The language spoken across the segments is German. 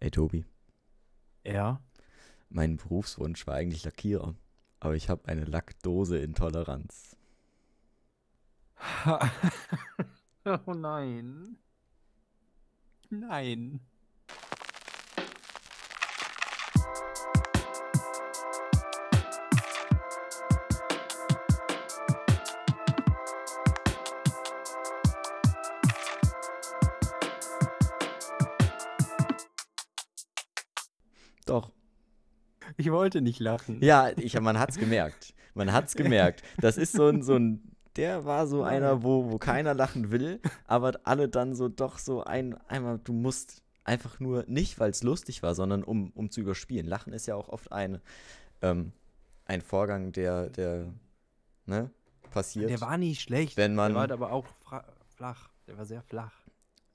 Ey, Tobi, Ja. mein Berufswunsch war eigentlich Lackierer, aber ich habe eine Lackdoseintoleranz. oh nein. Nein. Doch. Ich wollte nicht lachen. Ja, ich, man hat's gemerkt. Man hat's gemerkt. Das ist so ein, so ein, der war so einer, wo, wo keiner lachen will, aber alle dann so doch so ein, einmal, du musst einfach nur, nicht weil es lustig war, sondern um, um zu überspielen. Lachen ist ja auch oft eine, ähm, ein Vorgang, der, der, ne, passiert. Der war nicht schlecht. Wenn man- der war halt aber auch fra- flach. Der war sehr flach.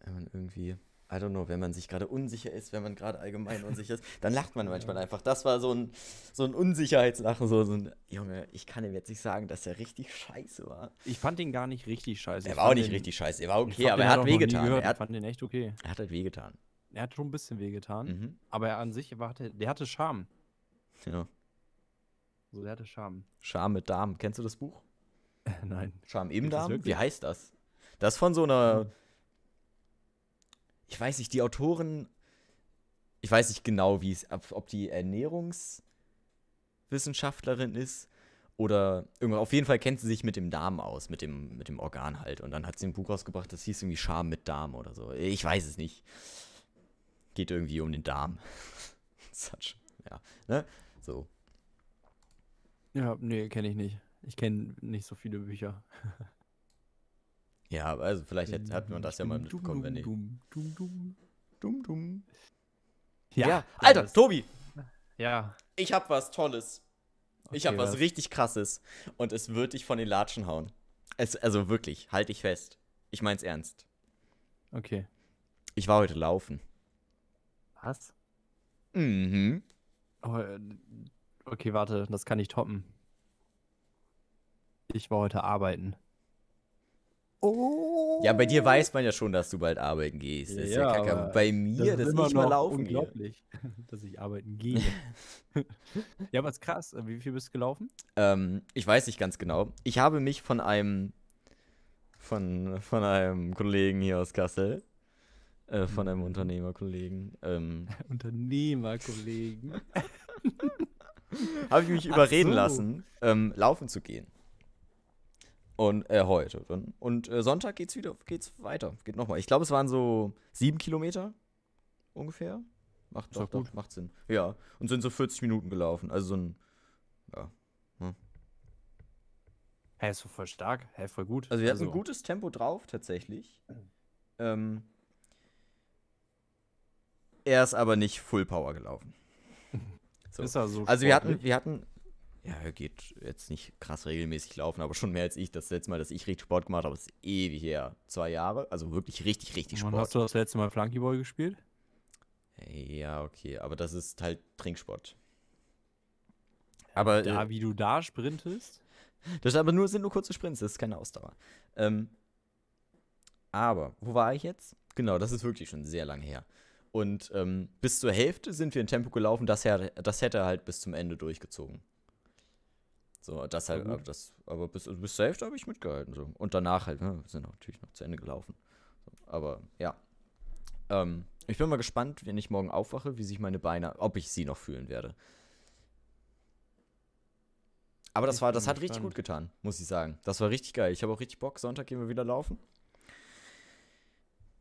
wenn man irgendwie, I don't know, wenn man sich gerade unsicher ist, wenn man gerade allgemein unsicher ist, dann lacht man manchmal einfach. Das war so ein, so ein Unsicherheitslachen, so, so ein, Junge, ich kann ihm jetzt nicht sagen, dass er richtig scheiße war. Ich fand den gar nicht richtig scheiße. Er Ich war auch fand nicht den- richtig scheiße, er war ich okay, hab aber den er halt hat auch noch nie wehgetan. Er gehört. Ich hat, fand den echt okay. er hat halt wehgetan. Er hat schon ein bisschen wehgetan. Mhm. Aber er an sich, war, hatte, der hatte Charme. Ja. So, der hatte Charme. Scham mit Darm. Kennst du das Buch? Nein. Scham im Gibt es Darm? Hm. Wie wirklich? heißt das? Das von so einer. Ich weiß nicht, die Autorin. Ich weiß nicht genau, wie es, ob, ob die Ernährungswissenschaftlerin ist oder irgendwas. Auf jeden Fall kennt sie sich mit dem Darm aus, mit dem, mit dem Organ halt. Und dann hat sie ein Buch rausgebracht, das hieß irgendwie Scham mit Darm oder so. Ich weiß es nicht. Geht irgendwie um den Darm. Such. Ja, ne? So. Ja, nee, kenne ich nicht. Ich kenne nicht so viele Bücher. Ja, aber also vielleicht hat, hat man das ja mal mitbekommen, wenn nicht. Dum, dum, dum. Dumm, dumm. Ja, ja Alter, das- Tobi, Ja. ich hab was Tolles. ich Okay, hab was, was? richtig krasses. Und es wird dich von den Latschen hauen. Es, also wirklich, halt dich fest. Ich mein's ernst. Okay. Ich war heute laufen. Was? Mhm. Oh, äh, Okay, warte, das kann ich toppen. Ich war heute arbeiten. Oh. Ja, bei dir weiß man ja schon, dass du bald arbeiten gehst. Das ist ja, Ja, kacke. aber Aber bei mir, dass immer ich mal noch laufen gehe. unglaublich, dass ich arbeiten gehe. ja, aber ist krass. Wie viel bist du gelaufen? Ähm, ich weiß nicht ganz genau. Ich habe mich von einem von, von einem Kollegen hier aus Kassel, äh, von Mhm. einem Unternehmerkollegen, ähm, Unternehmerkollegen. habe ich mich Ach überreden so. lassen, ähm, laufen zu gehen. Und äh, heute dann. Und äh, Sonntag geht's wieder, geht's weiter. Geht nochmal. Ich glaube, es waren so sieben Kilometer ungefähr. Macht Ist doch, doch gut. gut. Doch, macht Sinn. Ja. Und sind so 40 Minuten gelaufen. Also so ein. Ja. Hä, ist doch voll stark. Hä, voll gut. Also wir hatten ein gutes Tempo drauf tatsächlich. Ähm, er ist aber nicht Full Power gelaufen. so. Ist er so Also wir hatten, sportlich? wir hatten, ja, er geht jetzt nicht krass regelmäßig laufen, aber schon mehr als ich. Das letzte Mal, dass ich richtig Sport gemacht habe, ist ewig her. Zwei Jahre, also wirklich richtig, richtig Wann hast Sport. du das letzte Mal Flunkyball gespielt? Ja, okay, aber das ist halt Trinksport. Aber Da, äh, wie du da sprintest? das aber nur, sind nur kurze Sprints, das ist keine Ausdauer. Ähm, aber, wo war ich jetzt? Genau, das ist wirklich schon sehr lang her. Und ähm, bis zur Hälfte sind wir in Tempo gelaufen, das, her, das hätte er halt bis zum Ende durchgezogen. So, das halt, gut. aber, das, aber bis, also bis zur Hälfte habe ich mitgehalten. So. Und danach halt, ne, wir sind natürlich noch zu Ende gelaufen. So, aber ja. Ähm, ich bin mal gespannt, wenn ich morgen aufwache, wie sich meine Beine, ob ich sie noch fühlen werde. Aber das Ich war, bin das hat richtig gespannt. gut getan, muss ich sagen. Das war richtig geil. Ich habe auch richtig Bock. Sonntag gehen wir wieder laufen.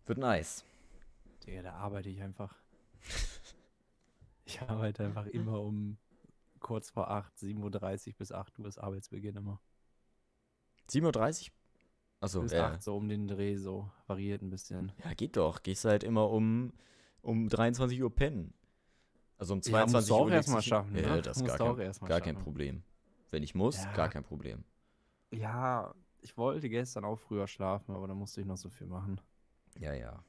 Wird nice. Digga, da arbeite ich einfach. Ich arbeite einfach immer um kurz vor 8, 7.30 Uhr bis 8 Uhr ist Arbeitsbeginn immer. 7.30 Uhr? Achso, bis äh, 8, so um den Dreh, so variiert ein bisschen. ja, geht doch. Gehst halt immer um, um 23 Uhr pennen. Also um Ja, musst 22 du auch Uhr. legst erst du mal dich- schaffen, Ja, ne? das ist Musst gar, du auch kein, erst mal gar kein schaffen. Problem. Wenn ich muss, Ja. gar kein Problem. Ja, ich wollte gestern auch früher schlafen, aber da musste ich noch so viel machen. Ja, ja.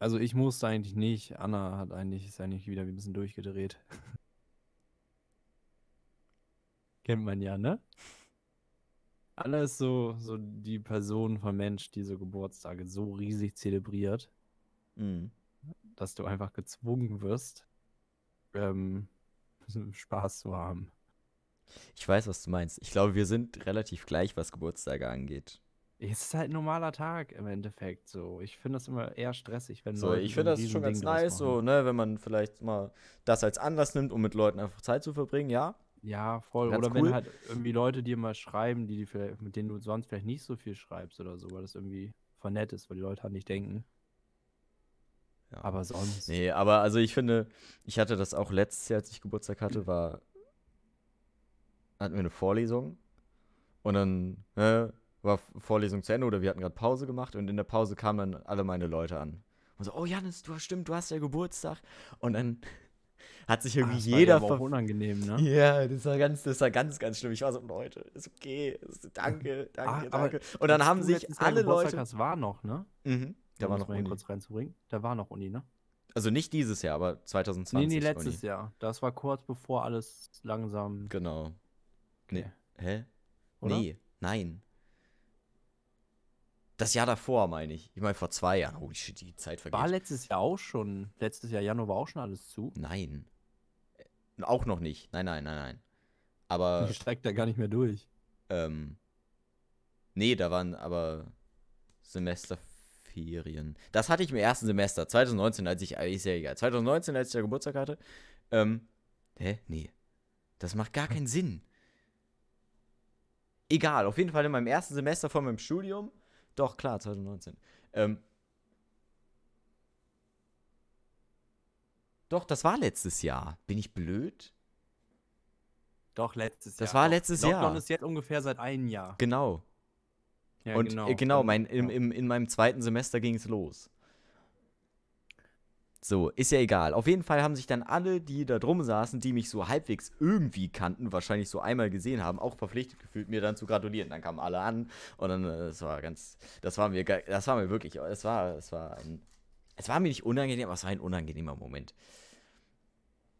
Also ich musste eigentlich nicht. Anna hat eigentlich, ist eigentlich wieder ein bisschen durchgedreht. Kennt man ja, ne? Anna ist so, so die Person von Mensch, die so Geburtstage so riesig zelebriert. Mhm. dass du einfach gezwungen wirst, ähm, Spaß zu haben. Ich weiß, was du meinst. Ich glaube, wir sind relativ gleich, was Geburtstage angeht. Es ist halt ein normaler Tag im Endeffekt so. Ich finde das immer eher stressig, wenn So, Leute ich so ein finde das schon ganz Riesending draus nice, so, machen. ne, wenn man vielleicht mal das als Anlass nimmt, um mit Leuten einfach Zeit zu verbringen, ja. Ja, voll. Ganz oder wenn cool. halt irgendwie Leute dir mal schreiben, die, die vielleicht, mit denen du sonst vielleicht nicht so viel schreibst oder so, weil das irgendwie voll nett ist, weil die Leute halt nicht denken. Ja. Aber sonst. Nee, aber also ich finde, ich hatte das auch letztes Jahr, als ich Geburtstag hatte, war, hatten wir eine Vorlesung und dann ne, war Vorlesung zu Ende oder wir hatten gerade Pause gemacht und in der Pause kamen dann alle meine Leute an. Und so, oh Janis, du hast stimmt, du hast ja Geburtstag. Und dann hat sich Ah, irgendwie das war dir jeder aber auch ver unangenehm, ne? Ja, das war ganz, das war ganz, ganz schlimm. Ich war so, Leute, ist okay, ist, danke, danke, Ah, aber danke. Und dann Als haben du sich letztes Jahr alle Geburtstag Leute. Das war noch, ne? Mhm, da Um war das noch mal hier Uni. kurz reinzubringen. Da war noch Uni, ne? Also nicht dieses Jahr, aber 2020. nee, nee, Uni. letztes Jahr. Das war kurz bevor alles langsam. Genau. Nee. Okay. Hä? Oder? Nee, nein. Das Jahr davor, meine ich. Ich meine, vor zwei Jahren. Oh, shit, die Zeit vergeht. War letztes Jahr auch schon. Letztes Jahr Januar war auch schon alles zu. nein. Äh, Auch noch nicht. Nein, nein, nein, nein. Aber, Die streckt da gar nicht mehr durch. ähm, nee, da waren aber Semesterferien. Das hatte ich im ersten Semester, 2019, als ich, äh, ist ja egal, 2019, als ich ja Geburtstag hatte. Ähm, hä? Nee. Das macht gar keinen Sinn. Egal, auf jeden Fall in meinem ersten Semester von meinem Studium. Doch, klar, 2019. Ähm, doch, das war letztes Jahr. Bin ich blöd? Doch, letztes Das Jahr. war doch. letztes Lockdown Jahr. ist jetzt ungefähr seit einem Jahr. Genau. Ja, Und genau, genau Dann- mein, im, ja. im, in meinem zweiten Semester ging es los. So, ist ja egal. Auf jeden Fall haben sich dann alle, die da drum saßen, die mich so halbwegs irgendwie kannten, wahrscheinlich so einmal gesehen haben, auch verpflichtet gefühlt, mir dann zu gratulieren. Dann kamen alle an und dann, äh, das war ganz, das war mir, ge- das war mir wirklich, es war, es war ein, es war mir nicht unangenehm, aber es war ein unangenehmer Moment.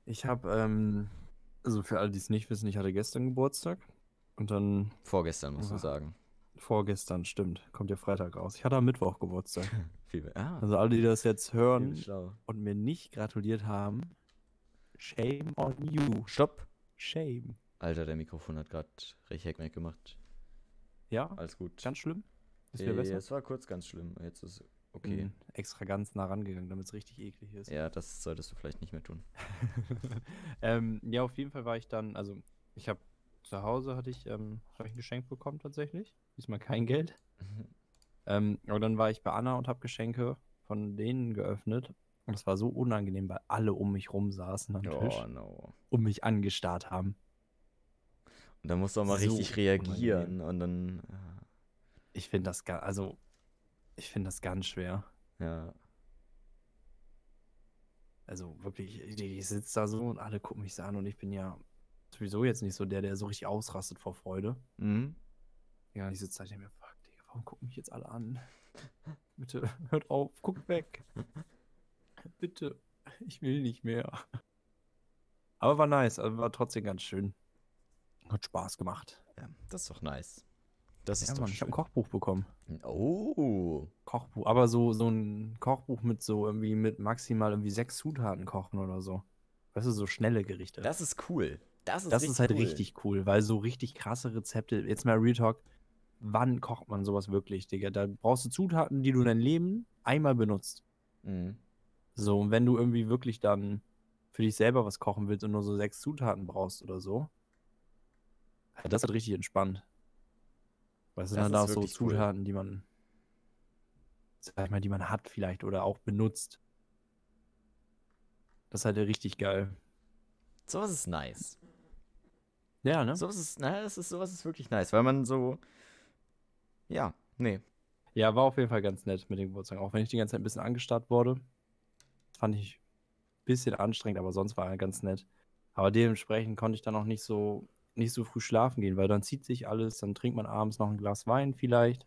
Ich habe, ähm, also für alle, die es nicht wissen, ich hatte gestern Geburtstag. Und dann Vorgestern, musst du Ah. sagen. vorgestern, stimmt, kommt ja Freitag raus. Ich hatte am Mittwoch Geburtstag. Viel, be- ah, Also alle, die das jetzt viel hören schlau. und mir nicht gratuliert haben, shame on you. Stopp. Shame. Alter, der Mikrofon hat gerade richtig Heckmeck gemacht. Ja, Alles gut. ganz schlimm. Ist wieder Äh, besser. Mhm. Es war kurz ganz schlimm. Jetzt ist okay. Bin Extra ganz nah rangegangen, damit es richtig eklig ist. Ja, das solltest du vielleicht nicht mehr tun. ähm, ja, auf jeden Fall war ich dann, also ich habe zu Hause hatte ich, ähm, habe ich ein Geschenk bekommen tatsächlich. Diesmal kein Geld. Ähm, und dann war ich bei Anna und habe Geschenke von denen geöffnet. Und es war so unangenehm, weil alle um mich rum saßen am Tisch Oh no. und mich angestarrt haben. Und dann musst du auch mal So richtig reagieren und dann Ich finde das gar, also ich finde das ganz schwer. äh, ja. Also wirklich, ich, ich sitze da so und alle gucken mich so an und ich bin ja sowieso jetzt nicht so der, der so richtig ausrastet vor Freude. Mhm. Ja, ich sitze da und denk mir, fuck, Digga, warum gucken mich jetzt alle an? Bitte, hört auf, guckt weg. Bitte, ich will nicht mehr. Aber war nice, also war trotzdem ganz schön. Hat Spaß gemacht. ja. Das ist doch nice. Das ja, ist doch Mann, ich habe ein schön. Kochbuch bekommen. Oh. Kochbuch, aber so, so ein Kochbuch mit so irgendwie mit maximal irgendwie sechs Zutaten kochen oder so. Weißt du, so schnelle Gerichte. Das ist cool. Das ist, Das richtig ist halt cool. richtig cool, weil so richtig krasse Rezepte, jetzt mal Real Talk, wann kocht man sowas wirklich, Digga? Da brauchst du Zutaten, die du in deinem Leben einmal benutzt. Mhm. So, und wenn du irgendwie wirklich dann für dich selber was kochen willst und nur so sechs Zutaten brauchst oder so, ja, das ist halt richtig entspannt. Weißt du, Das ist dann da auch so wirklich cool. Zutaten, die man, sag ich mal, die man hat vielleicht oder auch benutzt. Das ist halt richtig geil. Sowas ist nice. Ja, ne? Sowas ist, na, das ist, sowas ist wirklich nice, weil man so. Ja, nee. Ja, war auf jeden Fall ganz nett mit dem Geburtstag. Auch wenn ich die ganze Zeit ein bisschen angestarrt wurde. Fand ich ein bisschen anstrengend, aber sonst war er ganz nett. Aber dementsprechend konnte ich dann auch nicht so, nicht so früh schlafen gehen, weil dann zieht sich alles, dann trinkt man abends noch ein Glas Wein vielleicht.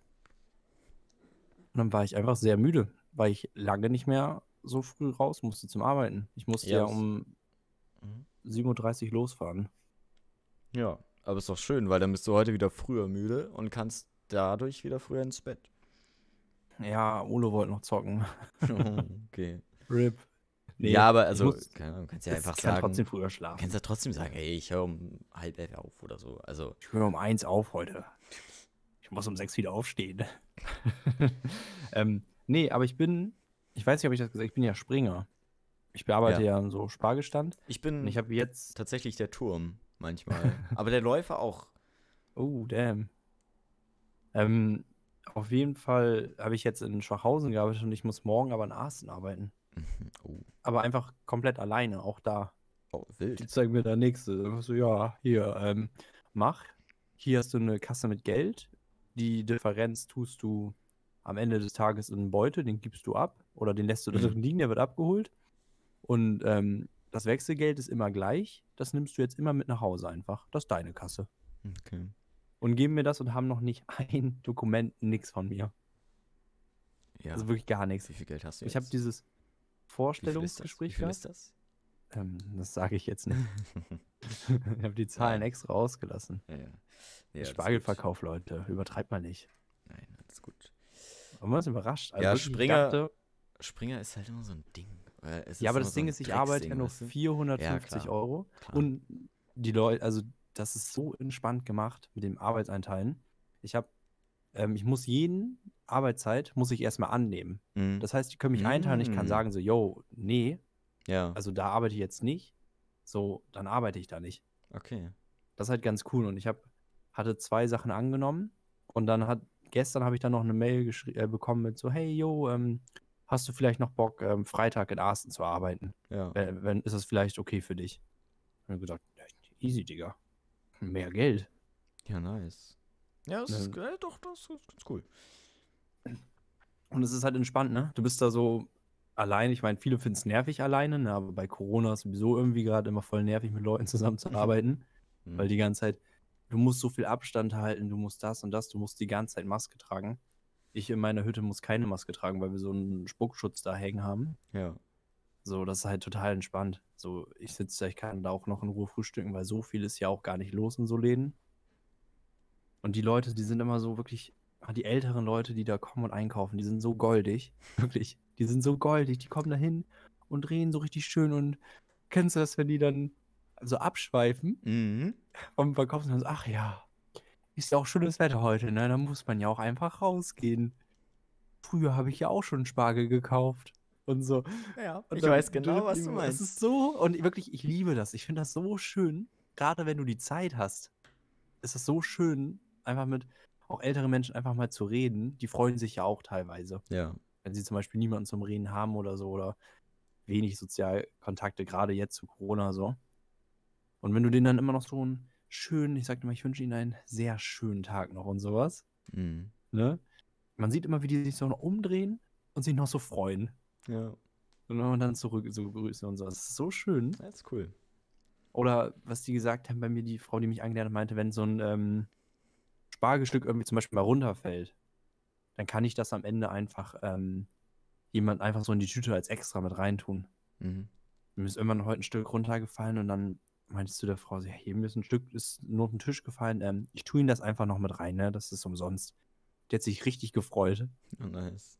Und dann war ich einfach sehr müde, weil ich lange nicht mehr so früh raus musste zum Arbeiten. Ich musste Ja, ja, das- um Mhm. 7.30 Uhr losfahren. Ja. Aber ist doch schön, weil dann bist du heute wieder früher müde und kannst dadurch wieder früher ins Bett. Ja, Olo wollte noch zocken. okay. RIP. Nee, ja, aber ich also, muss- keine Ahnung, kannst ja ich einfach kann sagen. trotzdem früher schlafen. kannst ja trotzdem sagen, ey, ich höre um halb elf auf oder so. Also, Ich höre um eins auf heute. Ich muss um sechs wieder aufstehen. ähm, nee, aber ich bin, ich weiß nicht, ob ich das gesagt habe, ich bin ja Springer. Ich bearbeite ja, Hm. so Spargestand. ich bin Und ich habe jetzt, tatsächlich der Turm manchmal. aber der Läufer auch. oh damn. Ähm, auf jeden Fall habe ich jetzt in Schwachhausen gearbeitet und ich muss morgen aber in Arsten arbeiten. Oh, Aber einfach komplett alleine, auch da. oh wild. Die zeigen mir da nächste. Dann so, ja, hier, ähm, mach. Hier hast du eine Kasse mit Geld. Die Differenz tust du am Ende des Tages in einen Beutel, den gibst du ab oder den lässt du da Mhm. drin liegen, der wird abgeholt. Und ähm, das Wechselgeld ist immer gleich. Das nimmst du jetzt immer mit nach Hause einfach. Das ist deine Kasse. Okay. Und geben mir das und haben noch nicht ein Dokument, nix von mir. Ja. Also wirklich gar nichts. wie viel Geld hast du Ich habe jetzt? Wie viel ist dieses das? Vorstellungsgespräch Wie viel gehabt. ist das? Ähm, das sage ich jetzt nicht. ich habe die Zahlen Nein. extra ausgelassen. ja, ja. Ja, alles gut. Spargelverkauf, Leute. Übertreibt mal nicht. Nein, alles gut. Aber man ist überrascht. Also Ja, wirklich, ich Springer- Springer ist halt immer so ein Ding. Weil es ist ja, immer aber das so Ding ein ist, ich arbeite ja Drecksding, nur weißt du? 450 Ja, klar. Euro. Klar. Und die Leute, also das ist so entspannt gemacht mit dem Arbeitseinteilen. Ich habe, ähm, ich muss jeden Arbeitszeit, muss ich erstmal annehmen. Mhm. Das heißt, die können mich einteilen. Ich kann Mm. sagen so, yo, nee, ja, also da arbeite ich jetzt nicht. So, dann arbeite ich da nicht. okay. Das ist halt ganz cool. Und ich hab, hatte zwei Sachen angenommen. Und dann hat, gestern habe ich dann noch eine Mail geschrie- äh, bekommen mit so, hey, yo, ähm, hast du vielleicht noch Bock, ähm, Freitag in Arsten zu arbeiten? Ja. Wenn, wenn, ist das vielleicht okay für dich? Und ich gesagt, "Ja, easy, Digga. Mehr Geld. ja, nice. Ja, das ist- äh, doch, das ist ganz cool. Und es ist halt entspannt, ne? Du bist da so allein. Ich meine, viele finden es nervig alleine, ne? aber bei Corona ist sowieso irgendwie gerade immer voll nervig, mit Leuten zusammenzuarbeiten. weil die ganze Zeit, du musst so viel Abstand halten, du musst das und das, du musst die ganze Zeit Maske tragen. Ich in meiner Hütte muss keine Maske tragen, weil wir so einen Spuckschutz da hängen haben. ja. So, das ist halt total entspannt. So, ich sitze da, ich kann da auch noch in Ruhe frühstücken, weil so viel ist ja auch gar nicht los in so Läden. Und die Leute, die sind immer so wirklich, ah, die älteren Leute, die da kommen und einkaufen, die sind so goldig. Wirklich, die sind so goldig, die kommen da hin und reden so richtig schön und kennst du das, wenn die dann so abschweifen? Mhm. vom Verkauf und so, ach ja, ist ja auch schönes Wetter heute, ne? Da muss man ja auch einfach rausgehen. Früher habe ich ja auch schon Spargel gekauft und so. Ja, Und ich dann- weiß genau, was du Es meinst. ist so, und wirklich, ich liebe das. Ich finde das so schön, gerade wenn du die Zeit hast. Ist es so schön, einfach mit auch älteren Menschen einfach mal zu reden. Die freuen sich ja auch teilweise Ja. wenn sie zum Beispiel niemanden zum Reden haben oder so oder wenig Sozialkontakte, gerade jetzt zu Corona so. Und wenn du denen dann immer noch so einen schönen, ich sag immer, ich wünsche ihnen einen sehr schönen Tag noch und sowas, Mhm. ne? Man sieht immer, wie die sich so noch umdrehen und sich noch so freuen. ne? Ja, Und wenn man dann zurück so grüßen und so. Das ist so schön. das ist cool. Oder was die gesagt haben bei mir, die Frau, die mich angelernt hat, meinte, wenn so ein ähm, Spargelstück irgendwie zum Beispiel mal runterfällt, dann kann ich das am Ende einfach ähm, jemand einfach so in die Tüte als extra mit reintun. Mhm. Mir ist irgendwann heute ein Stück runtergefallen und dann meintest du der Frau, so, ja, hier mir ist ein Stück, ist nur auf den Tisch gefallen, ähm, ich tue ihnen das einfach noch mit rein, ne? Das ist umsonst. Die hat sich richtig gefreut. Oh, nice.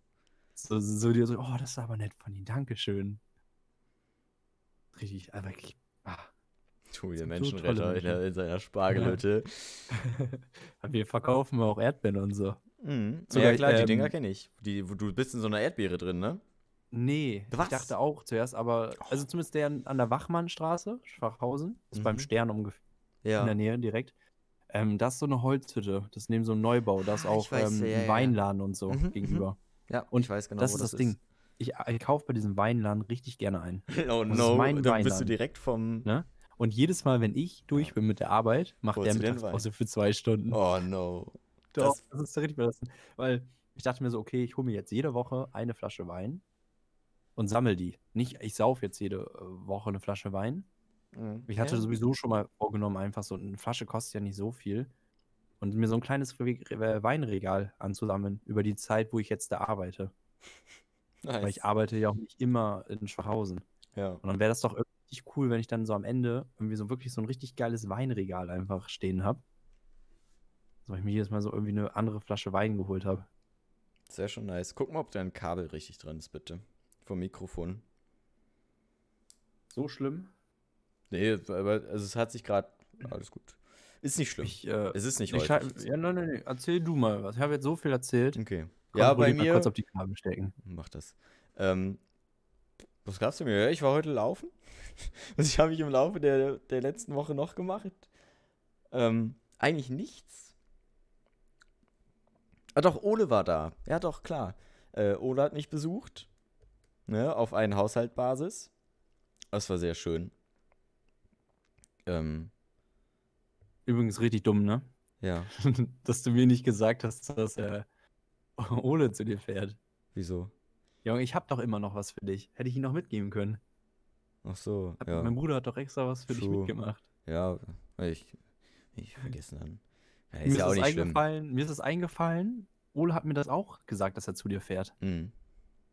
So, so, die so, oh, das ist aber nett von Ihnen, Dankeschön. Richtig, also wirklich. Ah. Tu, der sind so Menschenretter tolle In, der, in seiner Ja. Spargelhütte. Wir verkaufen auch Erdbeeren und so. Mhm. Sogar, ja, klar, die ähm, Dinger kenne ich. Die, wo- du bist in so einer Erdbeere drin, ne? Nee, Was? ich dachte auch zuerst, aber also zumindest der an der Wachmannstraße, Schwachhausen, ist beim Mhm. Stern ungefähr in Ja. der Nähe direkt. Ähm, das ist so eine Holzhütte, das ist neben so einem Neubau, das ist Ah, auch ich weiß, ähm, ja, ja, ein ja. Weinladen und so Mhm, mhm. gegenüber. ja, Und ich weiß genau, das wo ist das das Ding. Ich, ich kaufe bei diesem Weinladen richtig gerne ein. Ist. Oh ist no, mein dann bist du Weinland. direkt vom. Ne? Und jedes Mal, wenn ich durch Ja. bin mit der Arbeit, macht Holst der du den Mittagspause für zwei Stunden. Oh no. Doch, Das- das, ist richtig belastend. Weil ich dachte mir so, okay, ich hole mir jetzt jede Woche eine Flasche Wein und sammel die. Nicht, ich sauf jetzt jede äh, Woche eine Flasche Wein. Ich hatte Mhm. ja. sowieso schon mal vorgenommen, einfach so eine Flasche kostet ja nicht so viel. Und mir so ein kleines Re Re Weinregal anzusammeln über die Zeit, wo ich jetzt da arbeite. Weil ich Nice. arbeite ja auch nicht immer in Schwachhausen. Ja. Und dann wäre das doch irgendwie richtig cool, wenn ich dann so am Ende irgendwie so wirklich so ein richtig geiles Weinregal einfach stehen habe. So, weil ich mir jedes Mal so irgendwie eine andere Flasche Wein geholt habe. Sehr schon nice. Guck mal, ob dein Kabel richtig dran ist, bitte. Vom Mikrofon. So schlimm? Nee, aber also es hat sich gerade. Alles gut. Ist nicht schlimm. Ich, äh, es ist nicht ich häufig. schei- ja, nein, nein, nein. Erzähl du mal was. Ich habe jetzt so viel erzählt. Okay. Komm, ja, Rudi, bei mal mir. kurz auf die Kabel stecken. Mach das. Ähm, was gab's denn mir? Ja, Ich war heute laufen. Was habe ich im Laufe der, der letzten Woche noch gemacht? Ähm, eigentlich nichts. Ah doch, Ole war da. Ja doch, klar. Äh, Ole hat mich besucht. Ne, auf einen Haushaltbasis. Das war sehr schön. Ähm, Übrigens richtig dumm, ne? ja, dass du mir nicht gesagt hast, dass äh, Ole zu dir fährt. wieso? Junge, ich habe doch immer noch was für dich. Hätte ich ihn noch mitgeben können. Ach so, Hab, ja. Mein Bruder hat doch extra was für dich True. mitgemacht. Ja, ich, ich vergessen dann. Ja, mir ist ja auch das nicht schlimm. eingefallen, mir ist es eingefallen, Ole hat mir das auch gesagt, dass er zu dir fährt, Mhm.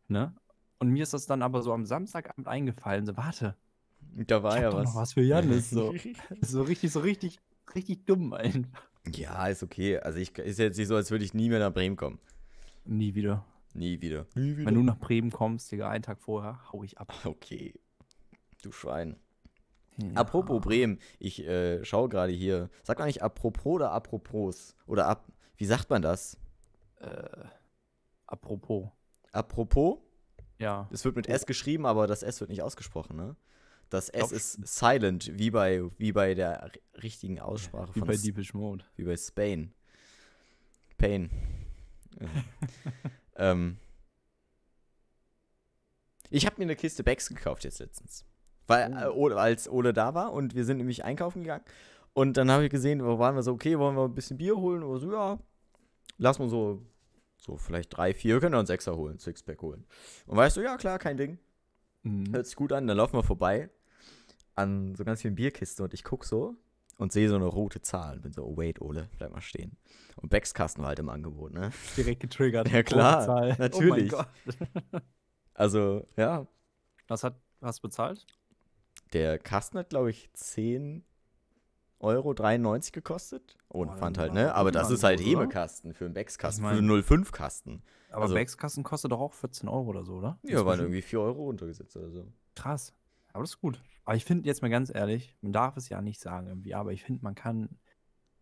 ne? Und mir ist das dann aber so am Samstagabend eingefallen, so warte, Da war ich hab ja doch was. noch was für Janis so. so richtig so richtig richtig dumm einfach. Ja, ist okay. Also ich ist jetzt nicht so, als würde ich nie mehr nach Bremen kommen. Nie wieder. Nie wieder. Nie Wenn du nach Bremen kommst, Digga, einen Tag vorher, hau ich ab. Okay. Du Schwein. Apropos Ja. Bremen, ich äh, schaue gerade hier. Sagt man nicht apropos oder apropos? Oder ab. Wie sagt man das? Äh, apropos. Apropos? Ja. Es wird mit S geschrieben, aber das S wird nicht ausgesprochen, ne? Das S Glaub ist silent, wie bei, wie bei der r- richtigen Aussprache Wie von bei S- Deepish Mode. Wie bei Spain. Pain. Ja. ähm, ich habe mir eine Kiste Bags gekauft jetzt letztens. Weil, äh, Ole- als Ole da war und wir sind nämlich einkaufen gegangen. Und dann habe ich gesehen, wo waren wir so, okay, wollen wir ein bisschen Bier holen oder so, ja. Lass mal so, so vielleicht drei, vier, wir können uns Sechser holen, Sixpack holen. Und weißt du, ja klar, kein Ding. Mhm. Hört sich gut an, dann laufen wir vorbei an so ganz vielen Bierkisten und ich gucke so und sehe so eine rote Zahl und bin so, oh wait, Ole, bleib mal stehen. Und Beckskasten war halt im Angebot, ne? Direkt getriggert. Ja, klar, Vorzahl. natürlich. Oh mein Gott. Also, ja, Was hat, hast du bezahlt? der Kasten hat, glaube ich, 10 Euro 93 gekostet. Ohne Boah, Pfand dann halt, war ne? doch Aber gut im das ist halt Angebot, oder? Hebekasten für einen Beckskasten, Ich für mein- einen 05-Kasten. Aber Also- Backskasten kostet doch auch 14 Euro oder so, oder? Ja, waren Inzwischen. irgendwie 4 Euro runtergesetzt oder so. Krass. Aber das ist gut. Aber ich finde jetzt mal ganz ehrlich, man darf es ja nicht sagen irgendwie, aber ich finde, man kann.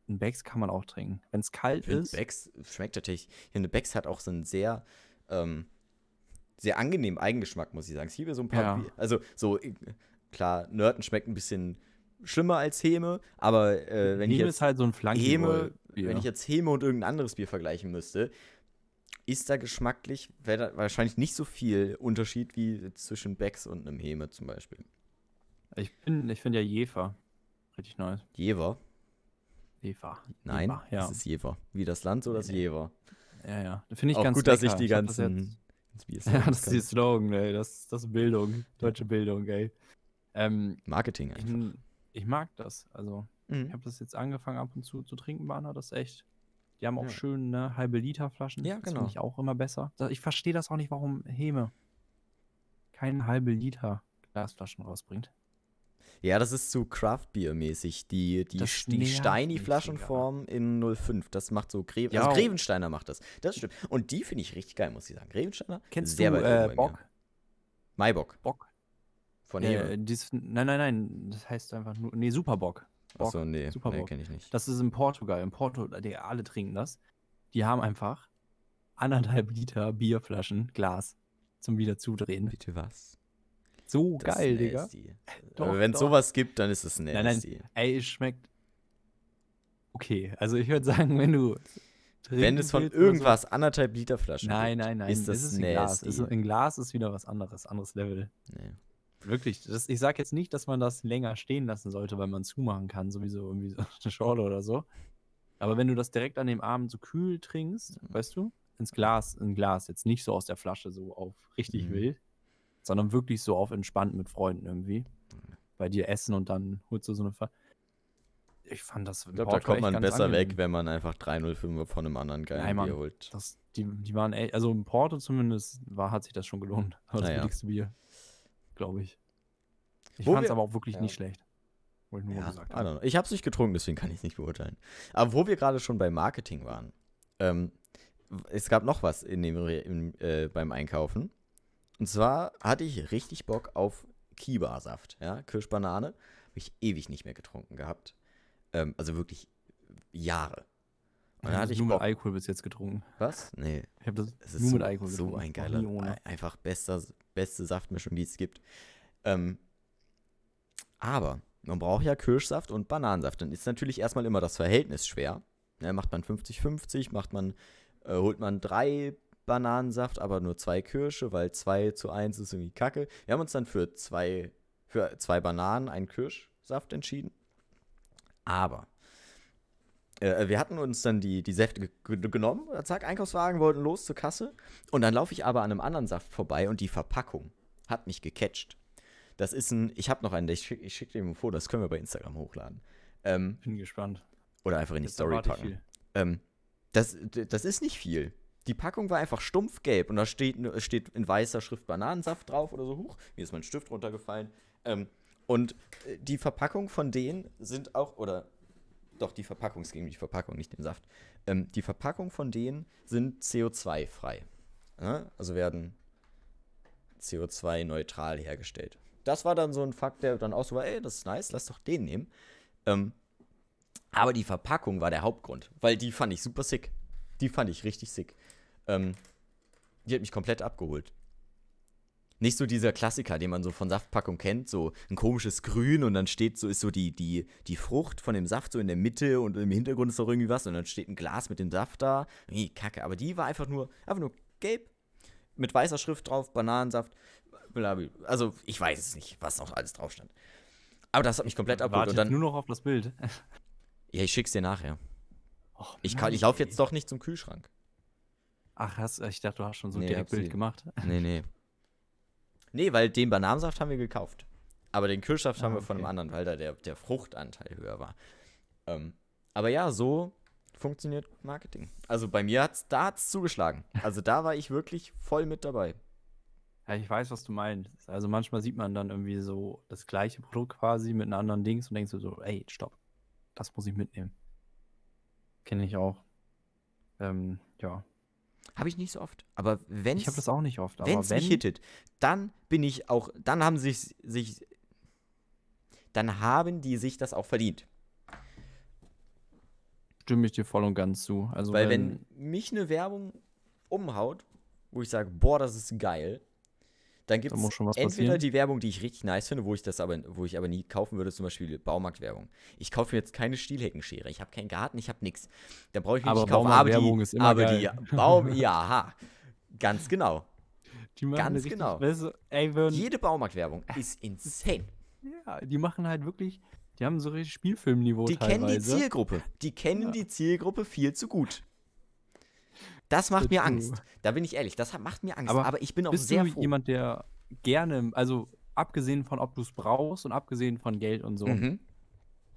Ein Becks kann man auch trinken. Wenn es kalt Ich finde, ist. Becks schmeckt natürlich. Ich finde, Becks hat auch so einen sehr, ähm, sehr angenehmen Eigengeschmack, muss ich sagen. Ich liebe so ein paar. Ja. Bier- Also, so, äh, klar, Nörten schmeckt ein bisschen schlimmer als Heme, aber äh, wenn, ich Nehme jetzt ist halt so ein Flanken. Heme, wenn ich jetzt Heme und irgendein anderes Bier vergleichen müsste, ist da geschmacklich wär da wahrscheinlich nicht so viel Unterschied wie zwischen Becks und einem Heme zum Beispiel. ich finde ich find ja Jefer. Richtig nice. Jever? Jefer. Nein, Jever, ja. es ist Jever. Wie das Land, so das Nee, nee. Jever. ja, ja. Finde ich Auch ganz gut, dass ich lecker. die hab das ganzen. jetzt- ins Bier Ja, sagen das ist kann. die Slogan, ey. Das, das ist Bildung. Deutsche Bildung, ey. Ähm, Marketing Mhm. ich, einfach. ich mag das. Also, ich habe das jetzt angefangen ab und zu zu trinken, Banner. Das ist echt. Die haben auch Ja. schön ne, halbe Liter Flaschen. Ja, Das genau. finde ich auch immer besser. Da- Ich verstehe das auch nicht, warum Heme kein halbe Liter Glasflaschen rausbringt. Ja, das ist zu Craft Beer mäßig. Die, die, Das Sch- die nervt Steini mich, Flaschenform in 05. Das macht so Gre Ja. also Grevensteiner macht das. Das stimmt. Und die finde ich richtig geil, muss ich sagen. Grevensteiner. Kennst sehr du weit oben bei äh, mir. Bock? Maibock Bock? von Hebe. Äh, dies, nein, nein, nein. Das heißt einfach nur. Nee, Superbock. Bock. Achso, nee, Super nee Bock. kenne ich nicht. Das ist in Portugal. In Portugal, die, alle trinken das. Die haben einfach anderthalb Liter Bierflaschen, Glas zum wieder zudrehen. Bitte was? So Das geil, ist Digga. nasty. Doch, Aber wenn es doch. sowas gibt, dann ist es nein. nasty. Ey, es schmeckt okay. Also ich würde sagen, wenn du Wenn trinken es von willst oder so- anderthalb, anderthalb Liter Flaschen Nein, gibt, nein, nein. ist das es ist ein Glas. nasty. Es Ist, ein Glas ist wieder was anderes, anderes Level. Nee. Wirklich. Das, ich sage jetzt nicht, dass man das länger stehen lassen sollte, weil man zumachen kann, sowieso irgendwie so eine Schorle oder so. Aber wenn du das direkt an dem Abend so kühl trinkst, weißt du, ins Glas, in Glas, jetzt nicht so aus der Flasche so auf richtig Mhm. wild, sondern wirklich so auf entspannt mit Freunden irgendwie. Bei dir essen und dann holst du so eine Flasche. Ich fand das. Ich glaube, da kommt man besser weg, wenn man einfach 305 von einem anderen geilen Nein, Mann. Bier holt. Das, die, die waren echt, also in Porto zumindest war, hat sich das schon gelohnt. Aber das Naja. billigste Bier, glaube ich. Ich Wo fand es wir- aber auch wirklich Ja. nicht schlecht. Wollte ich nur mal Ja, also, gesagt I haben. don't know. Ich habe es nicht getrunken, deswegen kann ich es nicht beurteilen. Aber wo wir gerade schon bei Marketing waren, ähm, es gab noch was in dem, Re- im, äh, beim Einkaufen. Und zwar hatte ich richtig Bock auf Kiba-Saft, ja, Kirschbanane. Habe ich ewig nicht mehr getrunken gehabt. Ähm, also wirklich Jahre. Und dann hab hatte das ich nur mit Bock. Alkohol bis jetzt getrunken. Was? Nee, Ich habe das es ist nur so, mit Alkohol so getrunken. ein noch geiler, nie ohne. ei- einfach bester, beste Saftmischung, die es gibt. Ähm, aber man braucht ja Kirschsaft und Bananensaft. Dann ist natürlich erstmal immer das Verhältnis schwer. Ne, macht man 50-50, macht man, äh, holt man drei Bananensaft, aber nur zwei Kirsche, weil zwei zu eins ist irgendwie Kacke. Wir haben uns dann für zwei, für zwei Bananen, einen Kirschsaft entschieden. Aber äh, wir hatten uns dann die, die Säfte ge- ge- genommen, zack, Einkaufswagen, wollten los zur Kasse. Und dann laufe ich aber an einem anderen Saft vorbei und die Verpackung hat mich gecatcht. Das ist ein, ich habe noch einen, ich schicke schick dir ein Foto, das können wir bei Instagram hochladen. Ähm, Bin gespannt. oder einfach in die Jetzt Story erwarte ich packen. viel. Ähm, das, das ist nicht viel. Die Packung war einfach stumpf gelb und da steht, steht in weißer Schrift Bananensaft drauf oder so. Huch, mir ist mein Stift runtergefallen. Ähm, und äh, die Verpackung von denen sind auch, oder doch, die Verpackung, es ging um die Verpackung, nicht den Saft. Ähm, die Verpackung von denen sind CO2-frei. Ja? Also werden CO2-neutral hergestellt. Das war dann so ein Fakt, der dann auch so war, ey, das ist nice, lass doch den nehmen. Ähm, aber die Verpackung war der Hauptgrund, weil die fand ich super sick. Die fand ich richtig sick. Ähm, die hat mich komplett abgeholt. Nicht so dieser Klassiker, den man so von Saftpackung kennt, so ein komisches Grün und dann steht so, ist so die, die, die Frucht von dem Saft so in der Mitte und im Hintergrund ist noch irgendwie was und dann steht ein Glas mit dem Saft da. Irgendwie kacke, aber die war einfach nur, einfach nur gelb, mit weißer Schrift drauf, Bananensaft, blabi. Also ich weiß es nicht, was noch alles drauf stand. Aber das hat mich komplett abgeholt. Warte Und jetzt dann, nur noch auf das Bild. ja, ich schick's dir nachher. Och, Ich, kann- Mann, ich laufe ey. jetzt doch nicht zum Kühlschrank. Ach, hast, ich dachte, du hast schon so ein Nee, direkt hab sie. Bild gemacht. Nee, nee. Nee, weil den Bananensaft haben wir gekauft. Aber den Kirschsaft Ah, haben wir von okay. einem anderen, weil da der, der Fruchtanteil höher war. Ähm, aber ja, so funktioniert Marketing. Also bei mir hat's, da hat's zugeschlagen. Also da war ich wirklich voll mit dabei. Ja, ich weiß, was du meinst. Also manchmal sieht man dann irgendwie so das gleiche Produkt quasi mit einem anderen Dings und denkst du so, ey, stopp, das muss ich mitnehmen. Kenne ich auch. Ähm, ja. Habe ich nicht so oft. Aber wenn Ich habe das auch nicht oft, aber Wenn's wenn, mich hittet, dann bin ich auch, dann haben sich, sich, dann haben die sich das auch verdient. stimme ich dir voll und ganz zu. Also Weil wenn mich eine Werbung umhaut, wo ich sage, boah, das ist geil, dann gibt es muss schon was entweder passieren. die Werbung, die ich richtig nice finde, wo ich das aber, wo ich aber nie kaufen würde, zum Beispiel Baumarktwerbung. Ich kaufe mir jetzt keine Stielheckenschere, ich habe keinen Garten, ich habe nichts. Dann brauche ich mich Aber nicht kaufen. Baumarktwerbung die, ist immer aber geil. die Baum, ja, ha, ganz genau. die machen ganz richtig- genau. weißt du, ey, wenn, Jede Baumarktwerbung ist insane. ja, die machen halt wirklich, die haben so richtig Spielfilmniveau Die kennen die teilweise. Zielgruppe. Die kennen die Zielgruppe viel zu gut. Das macht mir True. Angst. Da bin ich ehrlich, das hat- macht mir Angst. Aber, Aber ich bin auch Bist sehr du froh. jemand, der gerne, also abgesehen von, ob du es brauchst und abgesehen von Geld und so, Mhm.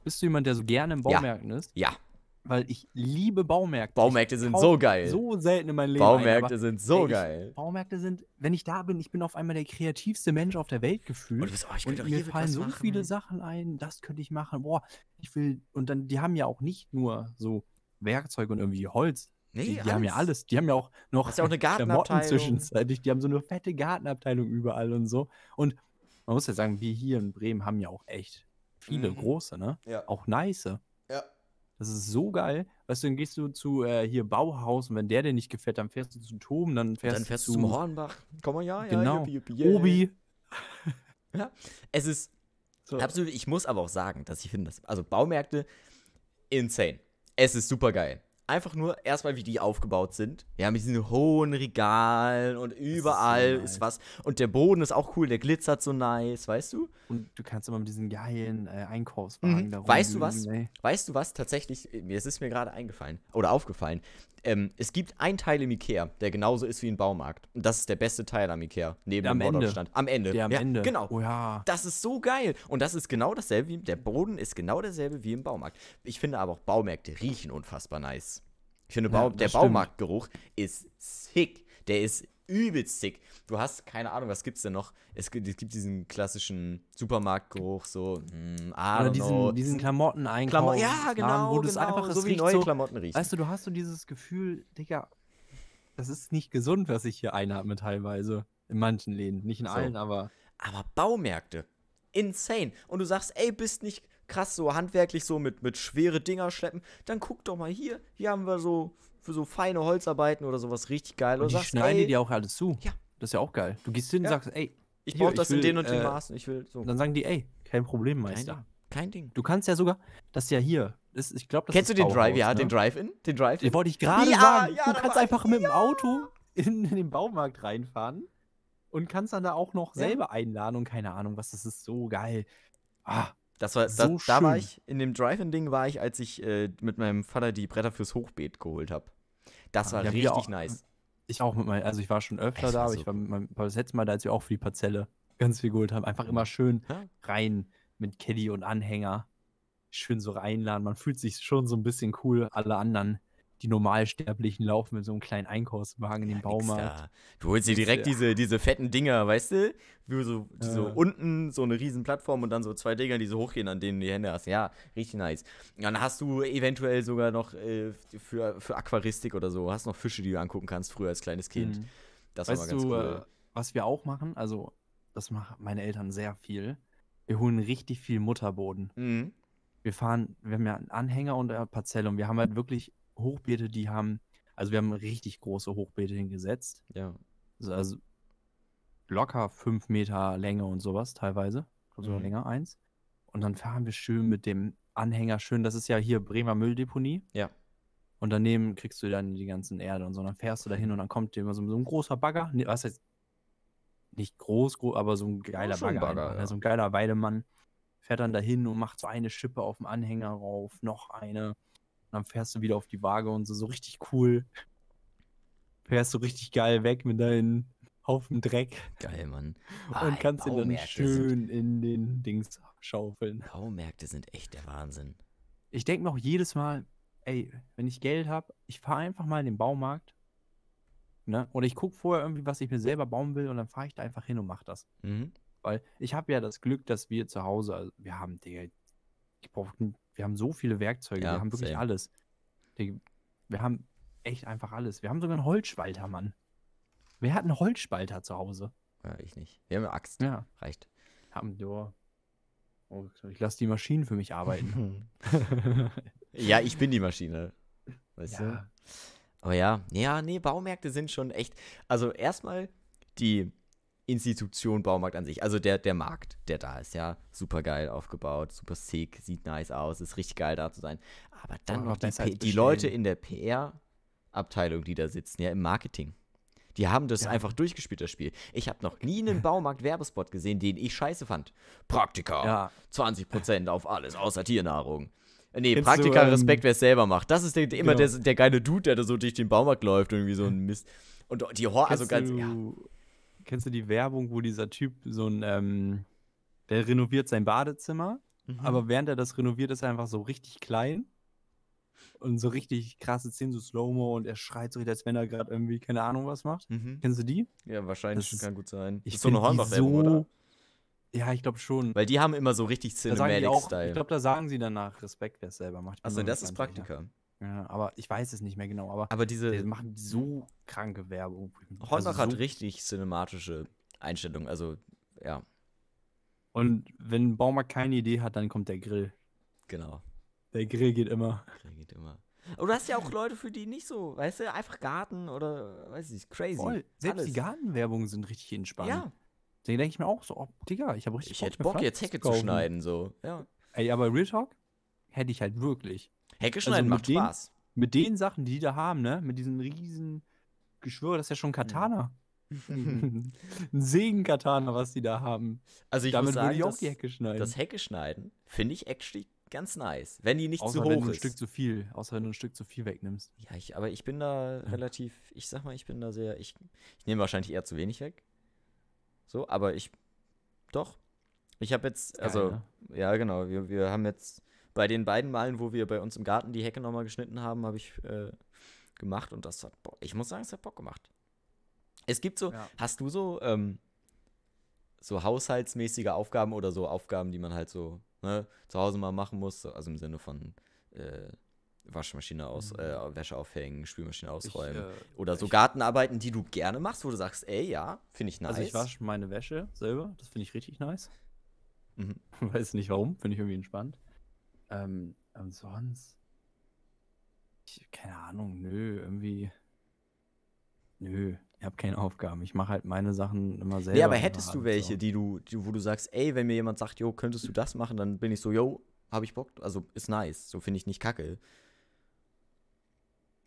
bist du jemand, der so gerne in Ja. Baumärkten ist? Ja, weil ich liebe Baumärkte. Baumärkte ich sind kauf so geil. So selten in meinem Leben. Baumärkte ein, sind so ey, ich- geil. aber Baumärkte sind, wenn ich da bin, ich bin auf einmal der kreativste Mensch auf der Welt gefühlt. bist, oh, ich Und mir fallen so ne? viele Sachen ein, das könnte ich machen. Boah, ich will. Und dann, die haben ja auch nicht nur so Werkzeug und irgendwie Holz. Nee, die, die haben ja alles. Die haben ja auch noch Hast ja auch eine Klamotten Gartenabteilung. zwischenzeitlich. Die haben so eine fette Gartenabteilung überall und so. Und man muss ja sagen, wir hier in Bremen haben ja auch echt viele Mhm. große, ne? Ja. Auch nice. Ja. Das ist so geil. Weißt du, dann gehst du zu äh, hier Bauhaus und wenn der dir nicht gefällt, dann fährst du zu Toben, dann fährst, Dann fährst du du zum Hornbach. Komm mal, ja, ja, Genau. juppie, juppie, yeah. Obi. Es ist So. Absolut, ich muss aber auch sagen, dass ich finde, dass, also Baumärkte, insane. Es ist super geil. Einfach nur erstmal, wie die aufgebaut sind. Ja, mit diesen hohen Regalen und so überall ist, nice. was. Und der Boden ist auch cool, der glitzert so nice, weißt du? Und du kannst immer mit diesen geilen äh, Einkaufswagen Mhm. da Weißt du rumwühlen, was? ey. Weißt du was? Tatsächlich, äh, mir- es ist mir gerade eingefallen oder aufgefallen. Ähm, es gibt einen Teil im Ikea, der genauso ist wie ein Baumarkt. Und das ist der beste Teil am Ikea, neben Der am dem Ende. Bordabstand. Am Ende. Der am ja, Ende. Genau. Oh ja. Das ist so geil. Und das ist genau dasselbe wie der Boden ist genau derselbe wie im Baumarkt. Ich finde aber auch Baumärkte riechen unfassbar nice. Ich finde, Bau, das der stimmt. Baumarktgeruch ist sick. Der ist übelst sick. Du hast keine Ahnung, was gibt's denn noch? Es gibt, es gibt diesen klassischen Supermarktgeruch, so, hm, I Oder don't know. diesen, diesen Klammer Klamotten-Einkauf. ja, genau, Wo du es genau, einfach so das wie riecht neue so, Klamotten riechen. Weißt du, du hast so dieses Gefühl, Digga, das ist nicht gesund, was ich hier einatme teilweise. In manchen Läden. Nicht in So. allen, aber aber Baumärkte, insane. Und du sagst, ey, bist nicht krass so handwerklich so mit, mit schwere Dinger schleppen, dann guck doch mal hier. Hier haben wir so für so feine Holzarbeiten oder sowas richtig geil. Und Und die du sagst, schneiden ey, dir auch alles zu. Ja. Das ist ja auch geil. Du gehst hin und Ja. sagst, ey, ich hier, brauche das ich in will, den und den äh, Maßen. Ich will so. und dann sagen die, ey, kein Problem, Kein Meister. Ding. Kein Ding. Du kannst ja sogar, das ist ja hier. Das, ich glaube, das Kennst du ist den Bauhaus, Drive? Ja, ne? den Drive-In? Den Drive-In? Den wollte ich gerade Ja, sagen. ja, du da kannst war ich- einfach mit dem Auto in, den Baumarkt reinfahren und kannst dann da auch noch Ja. selber einladen und keine Ahnung was. Das ist so geil. Ah, Das war, So da, da war schön. ich, in dem Drive-In-Ding war ich, als ich äh, mit meinem Vater die Bretter fürs Hochbeet geholt habe. Das Ah, war ja, wir richtig auch. nice. ich auch mit meinem, also ich war schon öfter Es da, war aber so ich war mit meinem, das letzte Mal da, als wir auch für die Parzelle ganz viel geholt haben. Einfach immer schön Ja. rein mit Caddy und Anhänger. Schön so reinladen. Man fühlt sich schon so ein bisschen cool. Alle anderen, die Normalsterblichen, laufen mit so einem kleinen Einkaufswagen in den Nix Baumarkt. da. Du holst dir direkt Ja. diese, diese fetten Dinger, weißt du? Wie so, die so Ja. unten so eine riesen Plattform und dann so zwei Dinger, die so hochgehen, an denen du die Hände hast. Ja, richtig nice. Und Dann hast du eventuell sogar noch äh, für, für Aquaristik oder so, hast noch Fische, die du angucken kannst, früher als kleines Kind. Mhm. Das war mal Weißt ganz du, äh, cool. was wir auch machen? Also, das machen meine Eltern sehr viel. Wir holen richtig viel Mutterboden. Mhm. Wir fahren, wir haben ja einen Anhänger und eine Parzelle und wir haben halt wirklich Hochbeete, die haben, also wir haben richtig große Hochbeete hingesetzt. Ja. Also, also locker fünf Meter Länge und sowas teilweise. Ich glaub, sogar Mhm. länger eins. Und dann fahren wir schön mit dem Anhänger schön. Das ist ja hier Bremer Mülldeponie. Ja. Und daneben kriegst du dann die ganzen Erde und so. Und dann fährst du dahin und dann kommt dir immer so, so ein großer Bagger. Nee, was heißt? Nicht groß, gro aber so ein geiler schon ein Bagger. Bagger, einfach, ne? ja. So ein geiler Weidemann. Fährt dann dahin und macht so eine Schippe auf den Anhänger rauf, noch eine. Und dann fährst du wieder auf die Waage und so, so richtig cool. Fährst du richtig geil weg mit deinen Haufen Dreck Geil, Mann. Ah, und kannst ihn dann Baumärkte sind- schön in den Dings schaufeln. Baumärkte sind echt der Wahnsinn. Ich denke mir auch jedes Mal, ey, wenn ich Geld habe, ich fahre einfach mal in den Baumarkt. Ne? Oder ich gucke vorher irgendwie, was ich mir selber bauen will und dann fahre ich da einfach hin und mache das. Mhm. Weil ich habe ja das Glück, dass wir zu Hause, also wir haben, Digga, ich brauch, wir haben so viele Werkzeuge, Ja, wir haben wirklich same. alles. Digga, wir haben echt einfach alles. Wir haben sogar einen Holzspalter, Mann. Wer hat einen Holzspalter zu Hause? Ja, ich nicht. Wir haben eine Axt. Ja. Reicht. Haben, ja. Oh, ich lasse die Maschinen für mich arbeiten. ja, ich bin die Maschine. Weißt du? ja. Aber ja, ja, nee, Baumärkte sind schon echt. Also erstmal die Institution Baumarkt an sich, also der, der Markt, der da ist, ja, super geil aufgebaut, super sick, sieht nice aus, ist richtig geil da zu sein. Aber dann Boah, noch die, besser als P- die Leute bestellen. in der PR-Abteilung, die da sitzen, ja, im Marketing. Die haben das Ja. einfach durchgespielt, das Spiel. Ich habe noch nie einen Baumarkt-Werbespot gesehen, den ich scheiße fand. Praktika, Ja. 20% auf alles, außer Tiernahrung. Nee, Kennst du, Praktika, ähm, Respekt, wer es selber macht. Das ist der, der- immer genau. der, der geile Dude, der da so durch den Baumarkt läuft, irgendwie so ein Mist. Und die Hor also ganz. Kennst du, Ja, Kennst du die Werbung, wo dieser Typ so ein, ähm, der renoviert sein Badezimmer, Mhm. aber während er das renoviert, ist er einfach so richtig klein und so richtig krasse Szenen, so Slow-Mo und er schreit so, richtig, als wenn er gerade irgendwie keine Ahnung was macht. Mhm. Kennst du die? ja wahrscheinlich das ist- kann gut sein. Ich so eine find die Hornbach-Werbung, oder? Ja, ich glaube schon. Weil die haben immer so richtig Da sagen die auch, ich Cinematic-Style. glaube, da sagen sie danach Respekt, wer es selber macht. Ich bin Also mir das nicht ist ganz sicher. Praktika. Ja, aber ich weiß es nicht mehr genau, aber Aber die diese machen so kranke Werbung. Hornbach Also hat so- richtig cinematische Einstellungen. Also, ja, Und wenn ein Baumarkt keine Idee hat, dann kommt der Grill. genau. Der Grill geht immer. Geht immer. Aber du hast ja auch Mhm. Leute, für die nicht so, weißt du, einfach Garten oder weiß ich nicht, crazy. Voll. Selbst Alles. die Gartenwerbungen sind richtig entspannt. Ja, Den denke ich mir auch so, oh, Digga, ich habe richtig ich hätte mir Bock, Pflanzen jetzt Hecke zu kaufen. schneiden, so. Ja. Ey, aber Real Talk hätte ich halt wirklich. Hecke schneiden mit macht denen- Spaß. Mit den Sachen, die die da haben, ne? Mit diesen riesen Geschwür, das ist ja schon ein Katana. ein Segen-Katana, was die da haben. Also Mhm. ich Damit muss sagen, würde ich auch das, die Hecke schneiden. das Hecke schneiden finde ich actually ganz nice, wenn die nicht zu außer wenn du hoch ein ist. Stück zu viel, außer wenn du ein Stück zu viel wegnimmst. ja, ich, aber ich bin da relativ, ich sag mal, ich bin da sehr, ich, ich nehme wahrscheinlich eher zu wenig weg. So, aber ich, doch. Ich habe jetzt, Geil, also, ne? ja genau, wir, wir haben jetzt bei den beiden Malen, wo wir bei uns im Garten die Hecke nochmal geschnitten haben, habe ich äh, gemacht und das hat, Bock- ich muss sagen, es hat Bock gemacht. Es gibt so, Ja. hast du so, ähm, so haushaltsmäßige Aufgaben oder so Aufgaben, die man halt so ne, zu Hause mal machen muss, so- also im Sinne von äh, Waschmaschine aus, Mhm. äh, Wäsche aufhängen, Spülmaschine ausräumen Ich, äh, oder so ich- Gartenarbeiten, die du gerne machst, wo du sagst, ey, ja, finde ich nice. Also ich wasche meine Wäsche selber, das finde ich richtig nice. Mhm. Weiß nicht warum, finde ich irgendwie entspannt. Ähm, und sonst. Ich, keine Ahnung, nö, irgendwie. Nö, ich habe keine Aufgaben. Ich mache halt meine Sachen immer selber. halt Nee, aber hättest du abends welche, auch. die du, die, wo du sagst, ey, wenn mir jemand sagt, jo, könntest du das machen, dann bin ich so, jo, hab ich Bock. Also ist nice. So finde ich nicht kacke.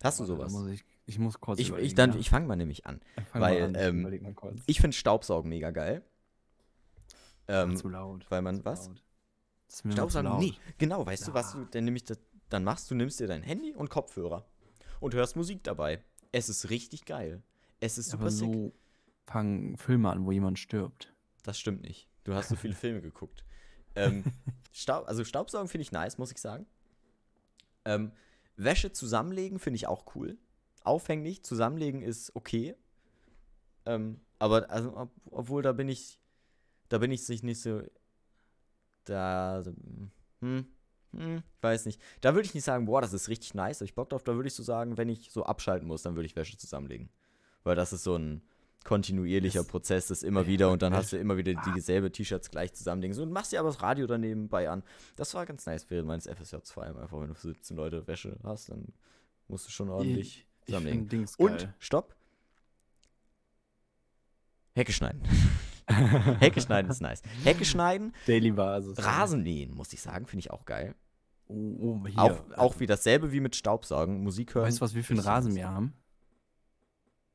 Hast du Warte, da sowas? Muss ich, ich muss kurz. Ich, ich, überlegen, dann- ja. ich fange mal nämlich an. Fang weil, mal an, ich ähm, überleg mal kurz. Ich finde Staubsaugen mega geil. Ähm, zu laut. weil man zu was? Laut. Das ist mir immer zu Staubsaugen? laut. Nee, genau, weißt du, was Ja. du dann nämlich das, dann machst du, nimmst dir dein Handy und Kopfhörer und hörst Musik dabei. Es ist richtig geil. Es ist Ja, super aber sick. so fangen Filme an, wo jemand stirbt. Das stimmt nicht. Du hast so viele Filme geguckt. Ähm, Staub, also Staubsaugen finde ich nice, muss ich sagen. Ähm, Wäsche zusammenlegen finde ich auch cool. Aufhängen nicht, zusammenlegen ist okay. Ähm, aber also, ob, obwohl da bin ich, da bin ich sich nicht so, da, hm, hm, ich weiß nicht. Da würde ich nicht sagen, boah, das ist richtig nice, hab ich Bock drauf. Da würde ich so sagen, wenn ich so abschalten muss, dann würde ich Wäsche zusammenlegen. Weil das ist so ein kontinuierlicher Das- Prozess, das immer Ja, wieder und dann Wäsche- hast du immer wieder Ah. dieselbe T-Shirts gleich zusammenlegen. So, und machst dir aber das Radio daneben bei an. Das war ganz nice während meines FSJs vor allem. Einfach, wenn du 17 Leute Wäsche hast, dann musst du schon ordentlich Ich find zusammenlegen. Dings Und geil. stopp. Hecke schneiden. Hecke schneiden ist nice. Hecke schneiden, Daily Basis. Rasen mähen, muss ich sagen, finde ich auch geil. Oh, oh, hier. Auch, auch wie dasselbe wie mit Staubsaugen, Musik hören. Weißt du, was wir für einen Richtig nice. Rasen wir haben?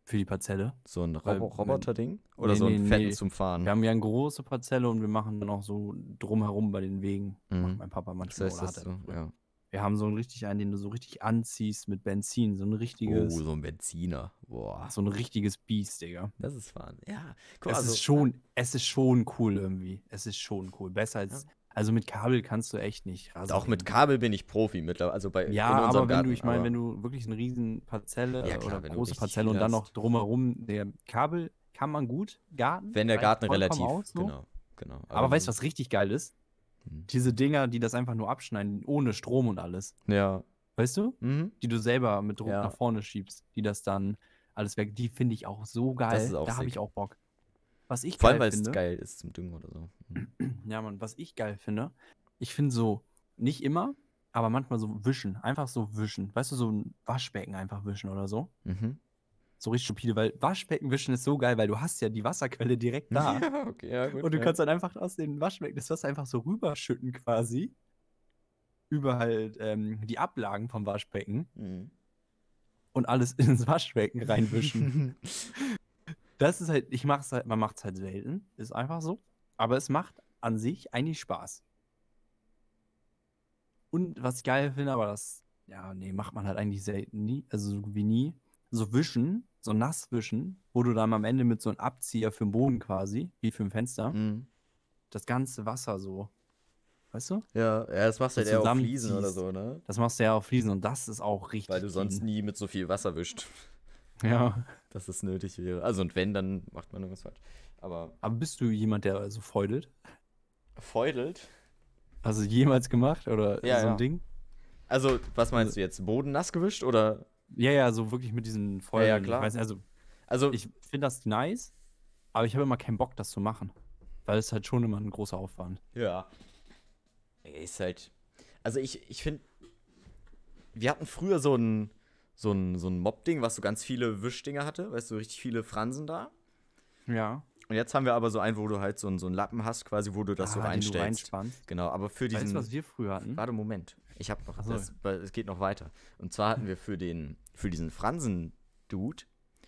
Für die Parzelle. So ein Weil- Robo Roboter-Ding? Oder Nee, so ein nee, Fetten nee. zum Fahren? Wir haben ja eine große Parzelle und wir machen dann auch so drumherum bei den Wegen. Mhm. Macht mein Papa das manchmal heißt, oder das hat so, er früher. ja. Wir haben so einen richtig einen, den du so richtig anziehst mit Benzin. So ein Oh, richtiges, so ein Benziner. Boah, so ein richtiges Biest, Digga. das ist Wahnsinn. Ja, guck Es also- ist schon, es ist schon cool irgendwie. Es ist schon cool. Besser als, also mit Kabel kannst du echt nicht Rasen. Auch mit mähen. Kabel bin ich Profi mittlerweile. Also bei, Ja, in unserem aber wenn Garten, du, ich meine, aber- wenn du wirklich eine riesen Parzelle Ja, äh, klar, oder wenn du große richtig Parzelle viel und dann hast. noch drumherum, der Kabel kann man gut, Garten. Wenn der reicht Garten vollkommen relativ. aus, so. Genau, genau. Aber wenn weißt du, du- was richtig geil ist? Hm. Diese Dinger, die das einfach nur abschneiden, ohne Strom und alles. Ja. Weißt du? Mhm. Die du selber mit Druck Ja. nach vorne schiebst, die das dann alles weg. Die finde ich auch so geil. ist auch da habe sick. ich auch Bock. Was ich Vor geil allem, weil finde, es geil ist zum Düngen oder so. Mhm. Ja, Mann, was ich geil finde, ich finde so, nicht immer, aber manchmal so wischen. Einfach so wischen. Weißt du, so ein Waschbecken einfach wischen oder so. Mhm. So richtig stupide, weil Waschbecken wischen ist so geil, weil du hast ja die Wasserquelle direkt da. Ja, okay, ja, gut. und du ja. kannst dann einfach aus dem Waschbecken das Wasser einfach so rüberschütten quasi. Über halt ähm, die Ablagen vom Waschbecken Mhm. und alles ins Waschbecken reinwischen. das ist halt, ich mach's halt, man macht's halt selten, ist einfach so. Aber es macht an sich eigentlich Spaß. Und was ich geil finde, aber das, ja, nee, macht man halt eigentlich selten nie, also so gut wie nie, so wischen, so nass wischen, wo du dann am Ende mit so einem Abzieher für den Boden quasi, wie für ein Fenster, Mhm. das ganze Wasser so. Weißt du? Ja, ja, das machst du So halt eher auf zusammenziehst. Mhm. Fliesen oder so, ne? Das machst du ja auf Fliesen und das ist auch richtig. Weil du sonst clean. nie mit so viel Wasser wischt, Ja. dass es nötig wäre. Also, und wenn, dann macht man irgendwas falsch. Aber Aber bist du jemand, der so feudelt? feudelt. Also jemals gemacht oder Ja, so ein ja. Ding? Also, was meinst du jetzt? Boden nass gewischt oder? Ja, ja, so wirklich mit diesen Feuern. ja, klar. Ich weiß, nicht, also Also, ich finde das nice, aber ich habe immer keinen Bock, das zu machen. Weil es halt schon immer ein großer Aufwand. Ja. Ey, Ist halt. Also ich, ich finde, wir hatten früher so ein, so ein, so ein Mob-Ding, was so ganz viele Wischdinger hatte, weißt du, richtig viele Fransen da. Ja. Und jetzt haben wir aber so einen, wo du halt so einen, so einen Lappen hast, quasi, wo du das so den Ah, du reinstellst. reinspannst. Genau, aber für Weißt diesen. du, was wir früher hatten? Warte, Moment. Ich habe noch. Ach so. Das, weil es geht noch weiter. Und zwar hatten wir für, den, für diesen Fransen-Dude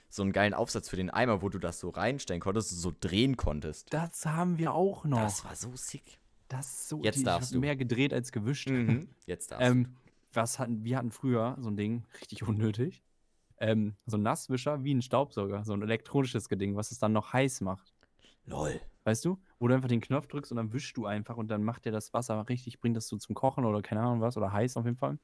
so einen geilen Aufsatz für den Eimer, wo du das so reinstellen konntest, so drehen konntest. Das haben wir auch noch. Das war so sick. Das ist so. Jetzt ich darfst hab du. Mhm. mehr gedreht als gewischt. Jetzt darfst du. Ähm, was hatten, wir hatten früher so ein Ding, richtig unnötig. Ähm, so ein Nasswischer wie ein Staubsauger, so ein elektronisches Geding, was es dann noch heiß macht. Lol. Weißt du? Wo du einfach den Knopf drückst und dann wischst du einfach und dann macht der das Wasser richtig, bringt das so zum Kochen oder keine Ahnung was oder heiß auf jeden Fall.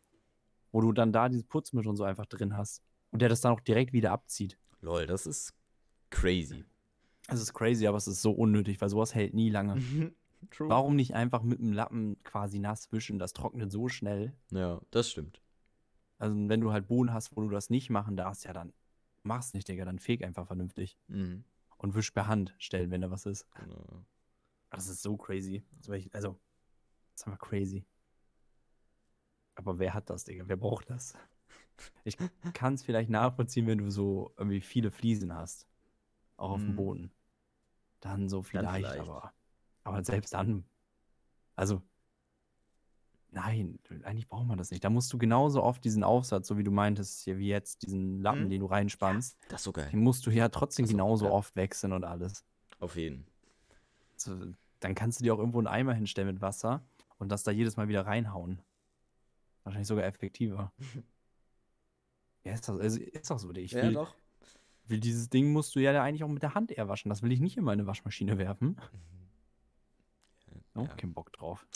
Wo du dann da dieses Putzmittel und so einfach drin hast. Und der das dann auch direkt wieder abzieht. Lol, das ist crazy. Das ist crazy, aber es ist so unnötig, weil sowas hält nie Mhm. lange. True. Warum nicht einfach mit dem Lappen quasi nass wischen? Das trocknet so schnell. Ja, das stimmt. Also wenn du halt Bohnen hast, wo du das nicht machen darfst, ja dann mach's nicht, Digga, dann feg einfach vernünftig. Mhm. Und wisch per Hand stellen, wenn da was ist. Genau. Ah, Das ist so crazy. Also, ich- also, sag mal crazy. Aber wer hat das, Digga? Wer braucht das? Ich kann es vielleicht nachvollziehen, wenn du so irgendwie viele Fliesen hast. Auch auf Mm. dem Boden. Dann so vielleicht, vielleicht. aber. Aber selbst dann. Also. Nein, eigentlich braucht man das nicht. Da musst du genauso oft diesen Aufsatz, so wie du meintest, hier wie jetzt, diesen Lappen, Mhm. den du reinspannst, Das ist so geil. den musst du ja trotzdem Ach so, genauso ja. oft wechseln und alles. Auf jeden. So, dann kannst du dir auch irgendwo einen Eimer hinstellen mit Wasser und das da jedes Mal wieder reinhauen. Wahrscheinlich sogar effektiver. ja, ist doch, also, ist doch so. Ich ja, will, doch. will dieses Ding musst du ja da eigentlich auch mit der Hand eher waschen. Das will ich nicht in meine Waschmaschine werfen. Oh, Ja. Kein Bock drauf.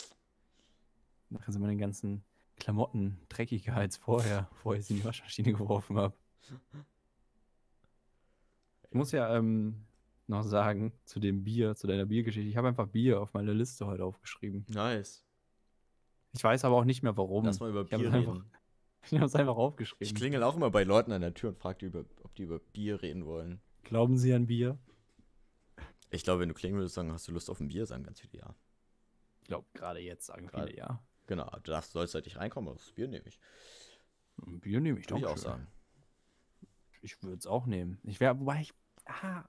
Nachher sind meine ganzen Klamotten dreckiger als vorher, bevor ich sie in die Waschmaschine geworfen habe. Ich muss ja ähm, noch sagen, zu dem Bier, zu deiner Biergeschichte, ich habe einfach Bier auf meine Liste heute aufgeschrieben. Nice. Ich weiß aber auch nicht mehr warum. Lass mal über Ich hab's Bier reden. einfach- Ich habe es einfach Ich aufgeschrieben. klingel auch immer bei Leuten an der Tür und frage, die über, ob die über Bier reden wollen. Glauben Sie an Bier? Ich glaube, wenn du klingeln würdest, sagen, hast du Lust auf ein Bier, sagen ganz viele ja. Ich glaube, gerade jetzt sagen Gerade- viele ja. Genau, du darfst, sollst halt nicht reinkommen, aber das Bier nehme ich. Ein Bier nehme ich Würde Hm, ich auch schön. sagen. Ich würde es auch nehmen. Ich wäre, wobei ich. Ah,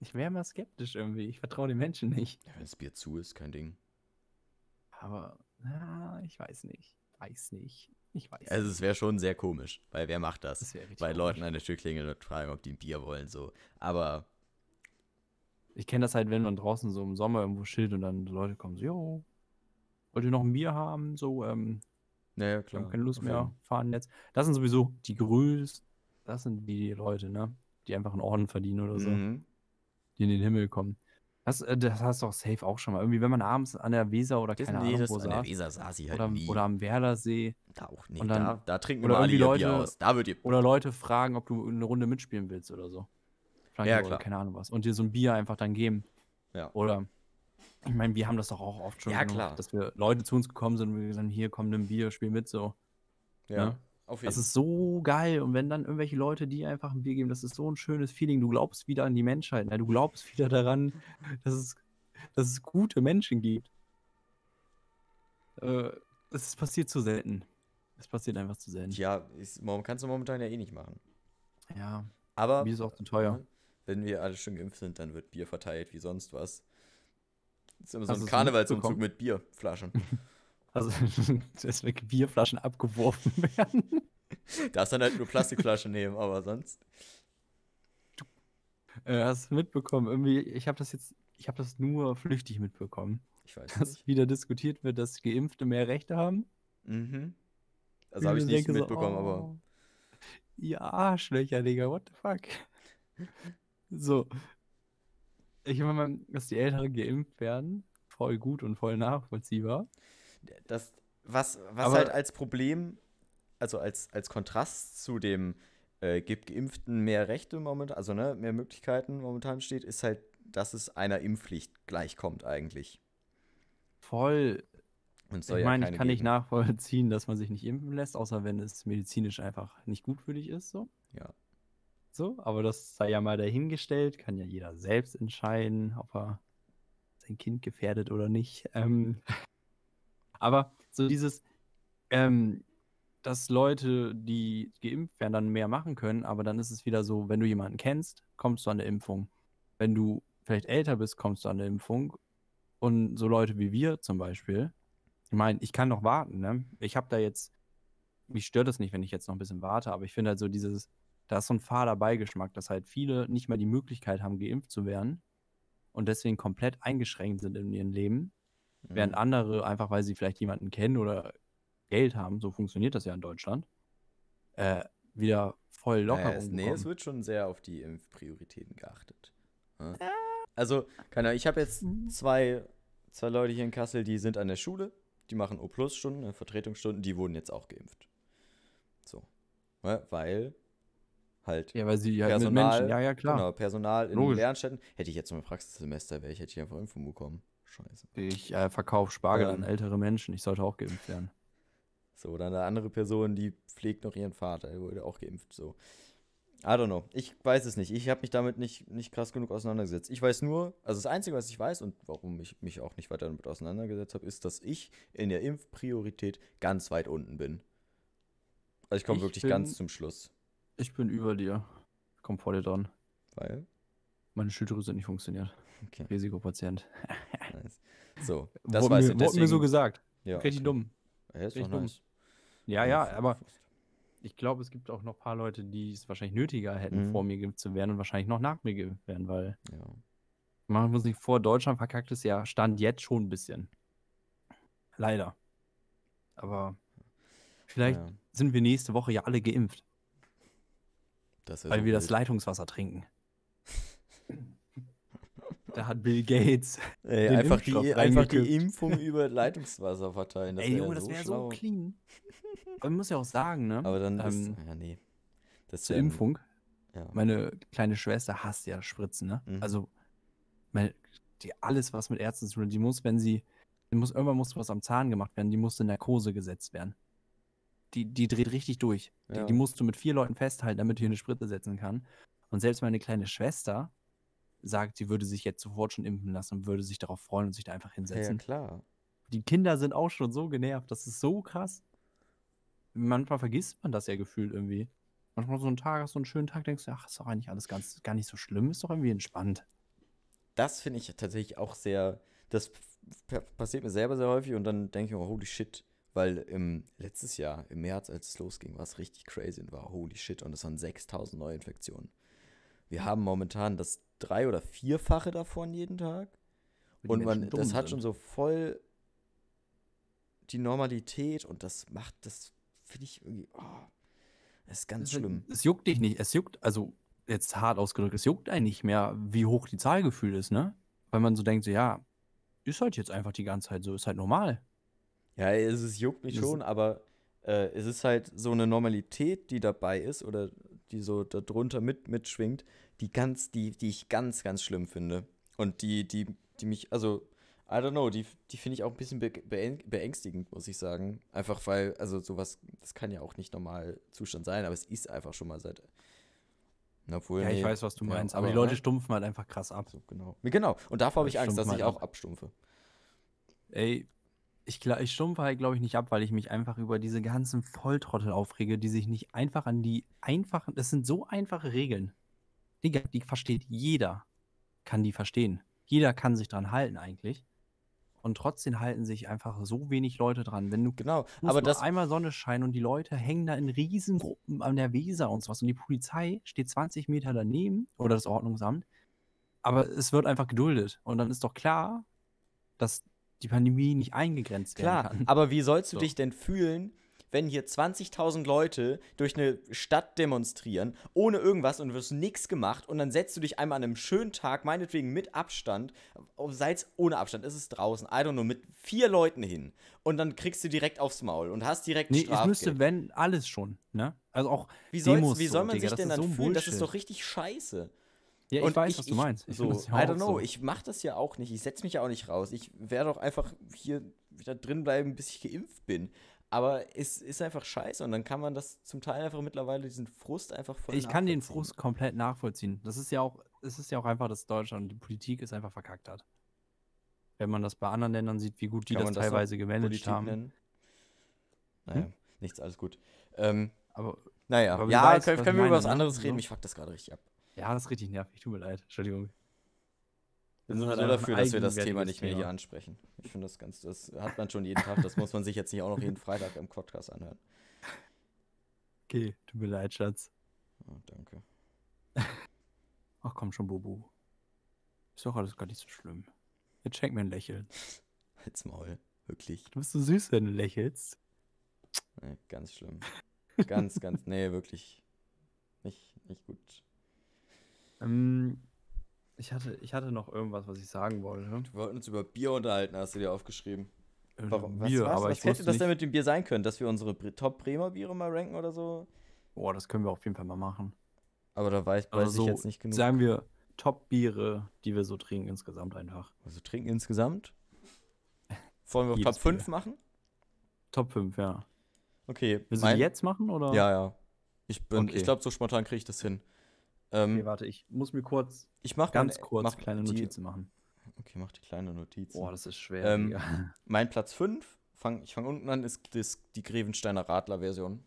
ich wäre mal skeptisch irgendwie. Ich vertraue den Menschen nicht. Ja, wenn das Bier zu ist, kein Ding. Aber ah, ich weiß nicht. Weiß nicht. Ich weiß Also nicht. es wäre schon sehr komisch, weil wer macht das? Das wär richtig bei komisch. Leuten halt- an der Tür klingeln und fragen, ob die ein Bier wollen, so. Aber Ich kenne das halt, wenn man draußen so im Sommer irgendwo chillt und dann Leute kommen so, jo, wollt ihr noch ein Bier haben? So, ähm, naja, wir klar. haben keine Lust auf jeden mehr, fahren jetzt. Das sind sowieso die Grüß, das sind die Leute, ne? Die einfach einen Orden verdienen oder Fall. so. Mhm. die in den Himmel kommen. Das, äh, das hast du auch safe auch schon mal. Irgendwie, wenn man abends an der Weser oder Das keine nee, Ahnung das wo an der saß, Weser saß sie halt oder, nie. oder am Werdersee da auch nicht. und dann- da, da trinken oder immer alle ihr irgendwie Bier Leute- aus. Da wird ihr oder Leute fragen, ob du eine Runde mitspielen willst oder so. Flanke Ja, oder klar. keine Ahnung was. Und dir so ein Bier einfach dann geben. Ja. Oder, ich meine, wir haben das doch auch oft schon Ja, klar. dass wir Leute zu uns gekommen sind und wir gesagt haben, hier, komm, nimm Bier, spiel mit so. ja, ne? auf jeden Das ist so geil. Und wenn dann irgendwelche Leute dir einfach ein Bier geben, das ist so ein schönes Feeling. Du glaubst wieder an die Menschheit. Ne? Du glaubst wieder daran, dass es, dass es gute Menschen gibt. Äh, Es passiert zu selten. Es passiert einfach zu selten. Ja, Ja, ist, mom- kannst du momentan ja eh nicht machen. Aber Bier ist auch zu teuer. ne, wenn wir alle schon geimpft sind, dann wird Bier verteilt wie sonst was. Das ist immer so Hast ein du's Karnevalsumzug mitbekommen? mit Bierflaschen. Also, deswegen Bierflaschen abgeworfen werden. Darfst dann halt nur Plastikflaschen nehmen, aber sonst. Äh, hast du mitbekommen? Irgendwie, ich habe das jetzt, ich habe das nur flüchtig mitbekommen, Ich weiß nicht. dass wieder diskutiert wird, dass Geimpfte mehr Rechte haben. Mhm. Wie Also habe ich ich mir nichts denke so, mitbekommen, aber oh, Ihr Arschlöcher, Digga, what the fuck? So. Ich meine, dass die Älteren geimpft werden, voll gut und voll nachvollziehbar. das, was, was Aber- halt als Problem, also als, als Kontrast zu dem äh, gibt Geimpften mehr Rechte momentan, also ne, mehr Möglichkeiten momentan steht, ist halt, dass es einer Impfpflicht gleichkommt eigentlich. Voll. Und es ich meine, ich keine kann nicht geben. nachvollziehen, dass man sich nicht impfen lässt, außer wenn es medizinisch einfach nicht gut für dich ist, so. Ja. So, aber das sei ja mal dahingestellt, kann ja jeder selbst entscheiden, ob er sein Kind gefährdet oder nicht. Ähm, aber so dieses, ähm, dass Leute, die geimpft werden, dann mehr machen können, aber dann ist es wieder so, wenn du jemanden kennst, kommst du an eine Impfung. Wenn du vielleicht älter bist, kommst du an eine Impfung. Und so Leute wie wir zum Beispiel, ich meine, ich kann noch warten, ne? Ich habe da jetzt, mich stört das nicht, wenn ich jetzt noch ein bisschen warte, aber ich finde halt so dieses, da ist so ein fader Beigeschmack, dass halt viele nicht mehr die Möglichkeit haben, geimpft zu werden und deswegen komplett eingeschränkt sind in ihrem Leben, Mhm. während andere einfach, weil sie vielleicht jemanden kennen oder Geld haben, so funktioniert das ja in Deutschland, äh, wieder voll locker Naja, Äh, es, nee, es rumkommen. wird schon sehr auf die Impfprioritäten geachtet. Ja. Also, keine Ahnung, ich habe jetzt Mhm. zwei, zwei Leute hier in Kassel, die sind an der Schule, die machen O-Plus-Stunden, äh, Vertretungsstunden, die wurden jetzt auch geimpft. So. Ja, weil halt Ja, weil sie halt mit Personal, Menschen, ja, ja, klar. Genau, Personal in Logisch. Lernstätten. Hätte ich jetzt nur ein Praxissemester, wäre ich, hätte ich einfach Impfung bekommen. Scheiße. Ich äh, verkaufe Spargel Ähm. an ältere Menschen, ich sollte auch geimpft werden. So, dann eine andere Person, die pflegt noch ihren Vater, der wurde auch geimpft, so. I don't know. Ich weiß es nicht. Ich habe mich damit nicht, nicht krass genug auseinandergesetzt. Ich weiß nur, also das Einzige, was ich weiß und warum ich mich auch nicht weiter damit auseinandergesetzt habe, ist, dass ich in der Impfpriorität ganz weit unten bin. Also ich komme Ich wirklich bin- ganz zum Schluss. Ich bin über dir. Komm vor dir dran. Weil? Meine Schilddrüse hat nicht funktioniert. Okay. Risikopatient. Nice. So, das weiß mir, ich. wurde Deswegen, mir so gesagt. ja, Richtig dumm. Ja, ist doch Richtig dumm. nice. Ja, ja, f- aber ich glaube, es gibt auch noch ein paar Leute, die es wahrscheinlich nötiger hätten, Mhm. vor mir geimpft zu werden und wahrscheinlich noch nach mir geimpft werden, weil Ja. machen wir uns nicht vor, Deutschland verkackt es ja, stand jetzt schon ein bisschen. Leider. Aber vielleicht Ja, sind wir nächste Woche ja alle geimpft, das wär weil so wir das wild. Leitungswasser trinken. da hat Bill Gates. Ey, den Äh, einfach, die, Impfstoff einfach die reingekippt. Impfung über Leitungswasser verteilen. Das Ey, wär Junge, ja das so wäre so schlau. clean. Man muss ja auch sagen, ne? Aber dann Ähm, ist. Ja, nee. Das zur wär- Impfung. Ja. Meine kleine Schwester hasst ja Spritzen, ne? Mhm. Also, meine, die, alles, was mit Ärzten zu tun hat, die muss, wenn sie, die muss, irgendwann muss was am Zahn gemacht werden, die muss in Narkose gesetzt werden. Die, die dreht richtig durch. Ja. Die, die musst du mit vier Leuten festhalten, damit du hier eine Spritze setzen kann. Und selbst meine kleine Schwester sagt, sie würde sich jetzt sofort schon impfen lassen und würde sich darauf freuen und sich da einfach ja, hinsetzen. klar. Die Kinder sind auch schon so genervt. Das ist so krass. Manchmal vergisst man das ja gefühlt irgendwie. Manchmal so einen Tag, hast du einen schönen Tag, denkst du, ach, ist doch eigentlich alles ganz, gar nicht so schlimm, ist doch irgendwie entspannt. das finde ich tatsächlich auch sehr. Das p- passiert mir selber sehr häufig und dann denke ich mir, holy shit. Weil im, letztes Jahr, im März, als es losging, war es richtig crazy und war holy shit. Und es waren 6000 Neuinfektionen. Wir haben momentan das drei- oder vierfache davon jeden Tag. Weil die Und man, Menschen das dumm hat sind. schon so voll die Normalität und das macht, das finde ich irgendwie, oh, das ist ganz es, schlimm. Es juckt dich nicht. Es juckt, also jetzt hart ausgedrückt, es juckt einen nicht mehr, wie hoch die Zahl gefühlt ist, ne? Weil man so denkt, so, ja, ist halt jetzt einfach die ganze Zeit so, ist halt normal. Ja, es, es juckt mich Das- schon, aber äh, es ist halt so eine Normalität, die dabei ist oder die so darunter mit, mitschwingt, die ganz, die, die ich ganz, ganz schlimm finde. Und die, die, die mich, also, I don't know, die, die finde ich auch ein bisschen be beäng- beängstigend, muss ich sagen. Einfach weil, also sowas, das kann ja auch nicht normal Zustand sein, aber es ist einfach schon mal seit. Na, Obwohl, Ja, ich nee, weiß, was du ja, meinst, aber, die aber, Leute ne? stumpfen halt einfach krass ab. So, genau. Genau, und davor habe Ja, ich Angst, stumpf dass mal ich ab. auch abstumpfe. Ey, ich, gla- ich stumpfe halt, glaube ich, nicht ab, weil ich mich einfach über diese ganzen Volltrottel aufrege, die sich nicht einfach an die einfachen, das sind so einfache Regeln. Digga, die versteht jeder, kann die verstehen. Jeder kann sich dran halten eigentlich. Und trotzdem halten sich einfach so wenig Leute dran. Wenn du Genau, musst aber nur das. einmal Sonne scheint und die Leute hängen da in Riesengruppen an der Weser und sowas und die Polizei steht 20 Meter daneben oder das Ordnungsamt, aber es wird einfach geduldet und dann ist doch klar, dass die Pandemie nicht eingegrenzt Klar, werden kann. aber wie sollst du So. dich denn fühlen, wenn hier 20.000 Leute durch eine Stadt demonstrieren, ohne irgendwas und wirst nichts gemacht und dann setzt du dich einmal an einem schönen Tag, meinetwegen mit Abstand, sei es ohne Abstand, ist es draußen, I don't know, mit vier Leuten hin und dann kriegst du direkt aufs Maul und hast direkt Nee, es Strafgeld. müsste, wenn, alles schon, ne? Also auch, wie, soll's- Demos wie so, soll man Digga, sich das denn ist dann so fühlen? Das ist Bullshit. doch richtig scheiße. ja, ich Und weiß, was du meinst. Ich so, find das ja I auch don't know, so. ich mach das ja auch nicht. Ich setze mich ja auch nicht raus. Ich werde doch einfach hier wieder drin bleiben, bis ich geimpft bin. Aber es ist einfach scheiße und dann kann man das zum Teil einfach mittlerweile, diesen Frust einfach voll Ich kann den nachvollziehen. Frust komplett nachvollziehen. Das ist ja auch, es ist ja auch einfach, dass Deutschland und die Politik es einfach verkackt hat. Wenn man das bei anderen Ländern sieht, wie gut die Kann das, man das noch teilweise gemanagt Politik haben. nennen. Naja, nichts, alles gut. Ähm, Aber naja, Aber wer ja, weiß, können, was können ich wir über meine, was ne? anderes So. reden? Mich fuckt das gerade richtig ab. Ja, das ist richtig nervig. Tut mir leid. Entschuldigung. Wir sind Das ist so einfach ein dafür, dass wir das Thema eigenwertiges nicht mehr Thema. hier ansprechen. Ich finde das ganz, das hat man schon jeden Tag, das muss man sich jetzt nicht auch noch jeden Freitag im Podcast anhören. Okay, tut mir leid, Schatz. Oh, danke. Ach komm schon, Bubu. Ist doch alles gar nicht so schlimm. Jetzt schenk mir ein Lächeln. Halt's Maul, wirklich. Du bist so süß, wenn du lächelst. Nee, ganz schlimm. Ganz, ganz, nee, wirklich. Nicht, nicht gut. Ähm, ich, hatte, ich hatte noch irgendwas, was ich sagen wollte. Wir wollten uns über Bier unterhalten, hast du dir aufgeschrieben. Äh, Warum? Bier, was, was, aber was ich hätte wusste das nicht. denn mit dem Bier sein können, dass wir unsere Bre- Top-Bremer Biere mal ranken oder so? Boah, Oh, das können wir auf jeden Fall mal machen. Aber da weiß, weiß Also so, ich jetzt nicht genug. Sagen wir Top-Biere, die wir so trinken insgesamt einfach. also trinken insgesamt? Wollen wir auf Jedes Top 5 Bier. machen? Top 5, ja. Okay. Willst du mein- die jetzt machen oder? Ja, ja. Ich, bin- Okay. ich glaube, so spontan kriege ich das hin. Ähm, Okay, warte, ich muss mir kurz, ich mache ganz kurz mach kleine die, Notizen machen. Okay, mach die kleine Notiz. Boah, das ist schwer. Ähm, Digga. Mein Platz 5, fang, ich fange unten an, ist das, die Grevensteiner Radler-Version.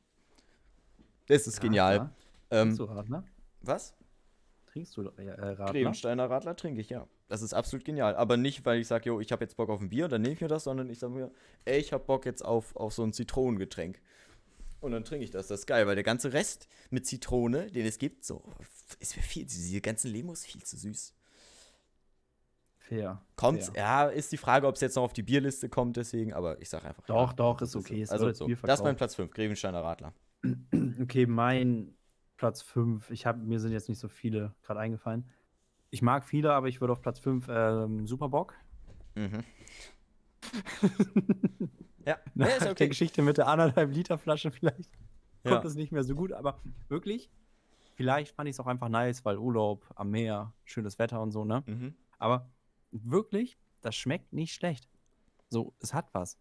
Das ist genial. Radler? Ähm, Trinkst du ne? Radler? was? Trinkst du äh, äh, Radler? Grevensteiner Radler trinke ich, ja. Das ist absolut genial. Aber nicht, weil ich sage, yo, ich habe jetzt Bock auf ein Bier, dann nehme ich mir das, sondern ich sage mir, ey, ich habe Bock jetzt auf, auf so ein Zitronengetränk. Und dann trinke ich das. Das ist geil, weil der ganze Rest mit Zitrone, den es gibt, so ist mir viel, diese ganzen Lemos viel zu süß. Fair. Kommt, fair. ja. ist die Frage, ob es jetzt noch auf die Bierliste kommt, deswegen, aber ich sage einfach. Doch, ja, doch, das ist okay. Es also wird als so. Bier Das ist mein verkauft. Platz 5, Grevensteiner Radler. Okay, mein Platz 5. Ich hab, mir sind jetzt nicht so viele gerade eingefallen. Ich mag viele, aber ich würde auf Platz 5 ähm, Superbock. Mhm. ja, Nach nee, ist der okay. Geschichte mit der anderthalb Liter Flasche vielleicht Ja. kommt es nicht mehr so gut, aber wirklich, vielleicht fand ich es auch einfach nice, weil Urlaub am Meer, schönes Wetter und so, ne? Mhm. Aber wirklich, das schmeckt nicht schlecht. So, es hat was.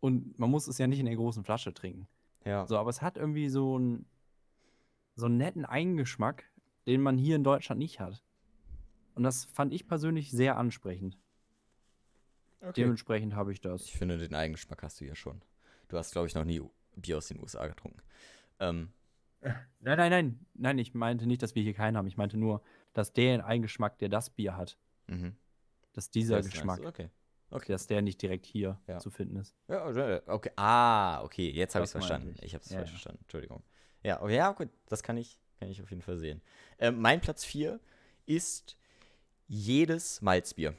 Und man muss es ja nicht in der großen Flasche trinken. Ja. So, aber es hat irgendwie so einen so einen netten Eingeschmack, den man hier in Deutschland nicht hat. Und das fand ich persönlich sehr ansprechend. okay. Dementsprechend habe ich das. Ich finde, den Eigengeschmack hast du ja schon. Du hast, glaube ich, noch nie Bier aus den USA getrunken. Ähm, Nein, nein, nein, nein, ich meinte nicht, dass wir hier keinen haben. Ich meinte nur, dass der Eingeschmack, der das Bier hat, mhm. dass dieser Das ist Geschmack, Nice. Okay. dass der nicht direkt hier Ja. zu finden ist. Ja, ja, ja, okay. Ah, okay, jetzt habe ich Das es meinte verstanden. ich. Ich habe es Ja, falsch ja. verstanden. Entschuldigung. Ja, okay, ja, gut, das kann ich, kann ich auf jeden Fall sehen. Ähm, mein Platz 4 ist jedes Malzbier.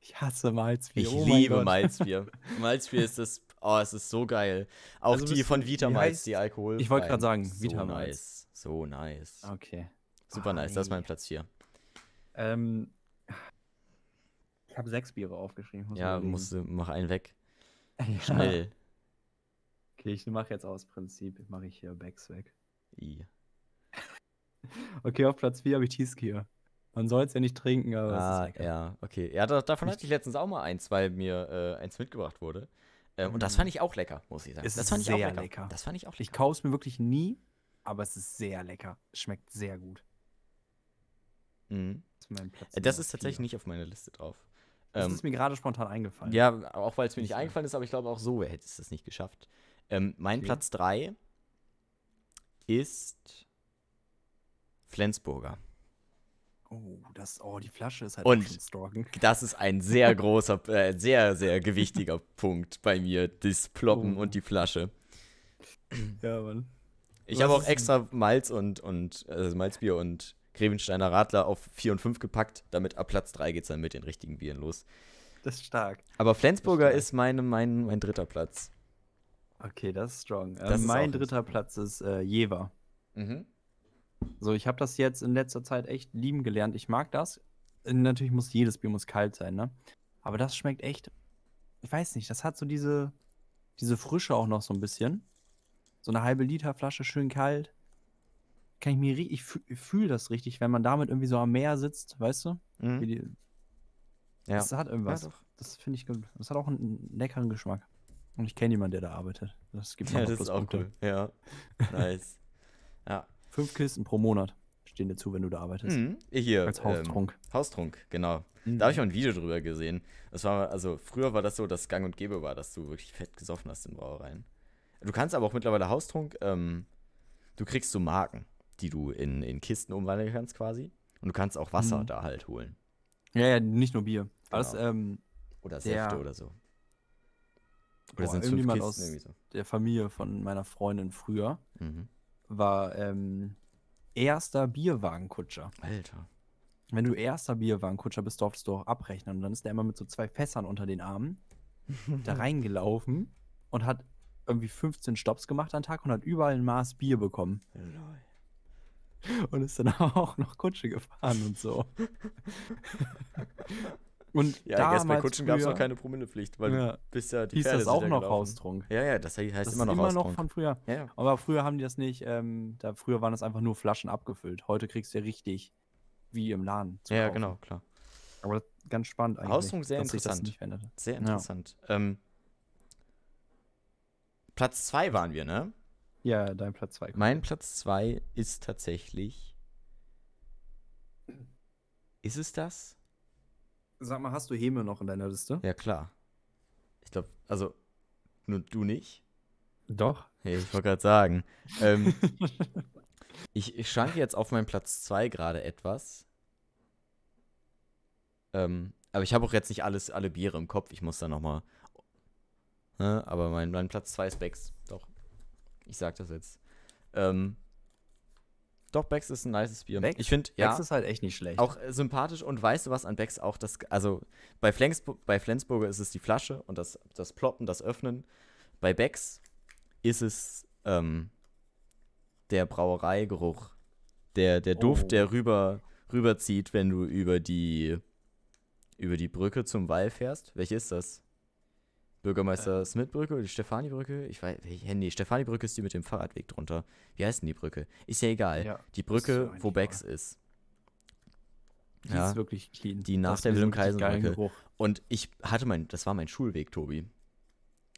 Ich hasse Malzbier. Ich oh mein liebe Gott. Malzbier. Malzbier ist das, oh, es ist so geil. Auch Also die bist von du- Vita wie Malz, heißt- die Alkohol. Ich wollte gerade sagen, so Vita Malz. nice. So nice. Okay. Super Ah, nice, das ist nee. mein Platz 4. Ähm, ich habe sechs Biere aufgeschrieben. muss Ja, überlegen. musst du, mach einen weg. Ja. Schnell. Okay, ich mache jetzt aus Prinzip, mache ich hier Backs weg. I. Okay, auf Platz 4 habe ich Teeskier. Man soll es ja nicht trinken, aber Ah, es Oh, ist lecker. ja, okay. Ja, da, davon hatte ich letztens auch mal eins, weil mir äh, eins mitgebracht wurde. Ähm, Und das Mm. fand ich auch lecker, muss ich sagen. Es das ist fand ich auch sehr lecker. lecker. Das fand ich auch Ich lecker. kaufe es mir wirklich nie, aber es ist sehr lecker. Es Schmeckt sehr gut. Mhm. Das ist, mein Platz Äh, Das Nummer ist tatsächlich vier. nicht auf meiner Liste drauf. Das Ähm, ist mir gerade spontan eingefallen. Ja, auch weil es mir Nicht nicht so. eingefallen ist, aber ich glaube, auch so hätte es das nicht geschafft. Ähm, mein Okay. Platz 3 ist Flensburger. Oh, das, oh, die Flasche ist halt Und- auch schon stalken. Das ist ein sehr großer, äh, sehr, sehr gewichtiger Punkt bei mir, das Ploppen Oh. und die Flasche. Ja, Mann. Ich Was habe auch ist- extra Malz und, und also Malzbier und Grevensteiner Radler auf 4 und 5 gepackt, damit ab Platz 3 geht es dann mit den richtigen Bieren los. Das ist stark. Aber Flensburger Verstehe. ist meine, mein, mein dritter Platz. Okay, das ist strong. Ähm, Das ist mein auch ein dritter Platz ist äh, Jever. Mhm. So, ich habe das jetzt in letzter Zeit echt lieben gelernt. Ich mag das. Äh, Natürlich muss jedes Bier muss kalt sein, ne? Aber das schmeckt echt. Ich weiß nicht, das hat so diese, diese Frische auch noch so ein bisschen. So eine halbe Liter Flasche schön kalt. Kann ich mir ri- ich fühle fühl das richtig, wenn man damit irgendwie so am Meer sitzt, weißt du? Wie Mhm. die, Ja. Das hat irgendwas. Ja, doch. das finde ich gut. Das hat auch einen leckeren Geschmack. Und ich kenne jemanden, der da arbeitet. Das gibt Ja, nochmal das ist auch Pluspunkte. cool. Ja. Nice. ja. Fünf Kisten pro Monat stehen dir zu, wenn du da arbeitest. Mhm. Hier. Als Haustrunk. Mhm. Ähm, Haustrunk, genau. Da habe ich mal ein Video drüber gesehen. Das war, also früher war das so, dass Gang und Gäbe war, dass du wirklich fett gesoffen hast in Brauereien. Du kannst aber auch mittlerweile Haustrunk, ähm, du kriegst so Marken, die du in, in Kisten umwandeln kannst quasi. Und du kannst auch Wasser Mhm. da halt holen. Ja, ja, nicht nur Bier. Aber das, Genau. ähm, Oder Der- Säfte oder so. Oder sind Boah, es fünf irgendjemand Kisten aus- irgendwie so. der Familie von meiner Freundin früher Mhm. war ähm, erster Bierwagenkutscher. Alter. Wenn du erster Bierwagenkutscher bist, durftest du auch abrechnen. Und dann ist der immer mit so zwei Fässern unter den Armen da reingelaufen und hat irgendwie 15 Stops gemacht am Tag und hat überall ein Maß Bier bekommen. Und ist dann auch noch Kutsche gefahren und so. und Ja, damals damals bei Kutschen gab es früher noch keine Promillepflicht, weil Ja. du bist ja die hieß Pferde das sind auch ja noch gelaufen. Haustrunk. Ja, ja, das he- heißt Das immer noch ist immer noch Haustrunk. von früher. ja, ja. Aber früher haben die das nicht, ähm, da früher waren das einfach nur Flaschen abgefüllt. Heute kriegst du ja richtig wie im Laden. zu ja, ja, kaufen. genau, klar. Aber das ist ganz spannend eigentlich. Haustrunk sehr dass sich das interessant. nicht verändert hat. Sehr Ja. interessant. Ähm, Platz 2 waren wir, ne? Ja, dein Platz 2. Mein Platz 2 ist tatsächlich. Ist es das? Sag mal, hast du Heme noch in deiner Liste? Ja, klar. Ich glaube, also, nur du nicht. Doch. Hey, ich wollte gerade sagen. ähm, ich, ich schwanke jetzt auf meinen Platz 2 gerade etwas. Ähm, aber ich habe auch jetzt nicht alles, alle Biere im Kopf. Ich muss da nochmal. Ne? Aber mein, mein Platz 2 ist Becks. Doch. Ich sag das jetzt. Ähm, doch, Becks ist ein nices Bier. Becks? Ich finde, Ja. ja. Rex ist halt echt nicht schlecht. Auch äh, sympathisch und weißt du was an Becks auch das, also bei, Flens, bei Flensburger ist es die Flasche und das, das Ploppen, das Öffnen. Bei Becks ist es ähm, der Brauereigeruch, der, der Duft, Oh. der rüber, rüberzieht, wenn du über die, über die Brücke zum Wall fährst. Welche ist das? Äh. Bürgermeister Smith-Brücke oder die Stefani-Brücke? Ich weiß, welche- nee, Stefani-Brücke ist die mit dem Fahrradweg drunter. Wie heißt denn die Brücke? Ist ja egal. Ja, die ist Brücke, ja wo eigentlich Becks ist. Die ja. ist wirklich clean. Die nach Das der ist Wilhelm wirklich Kaisen geilen Brücke. Geruch. Und ich hatte mein, das war mein Schulweg, Tobi.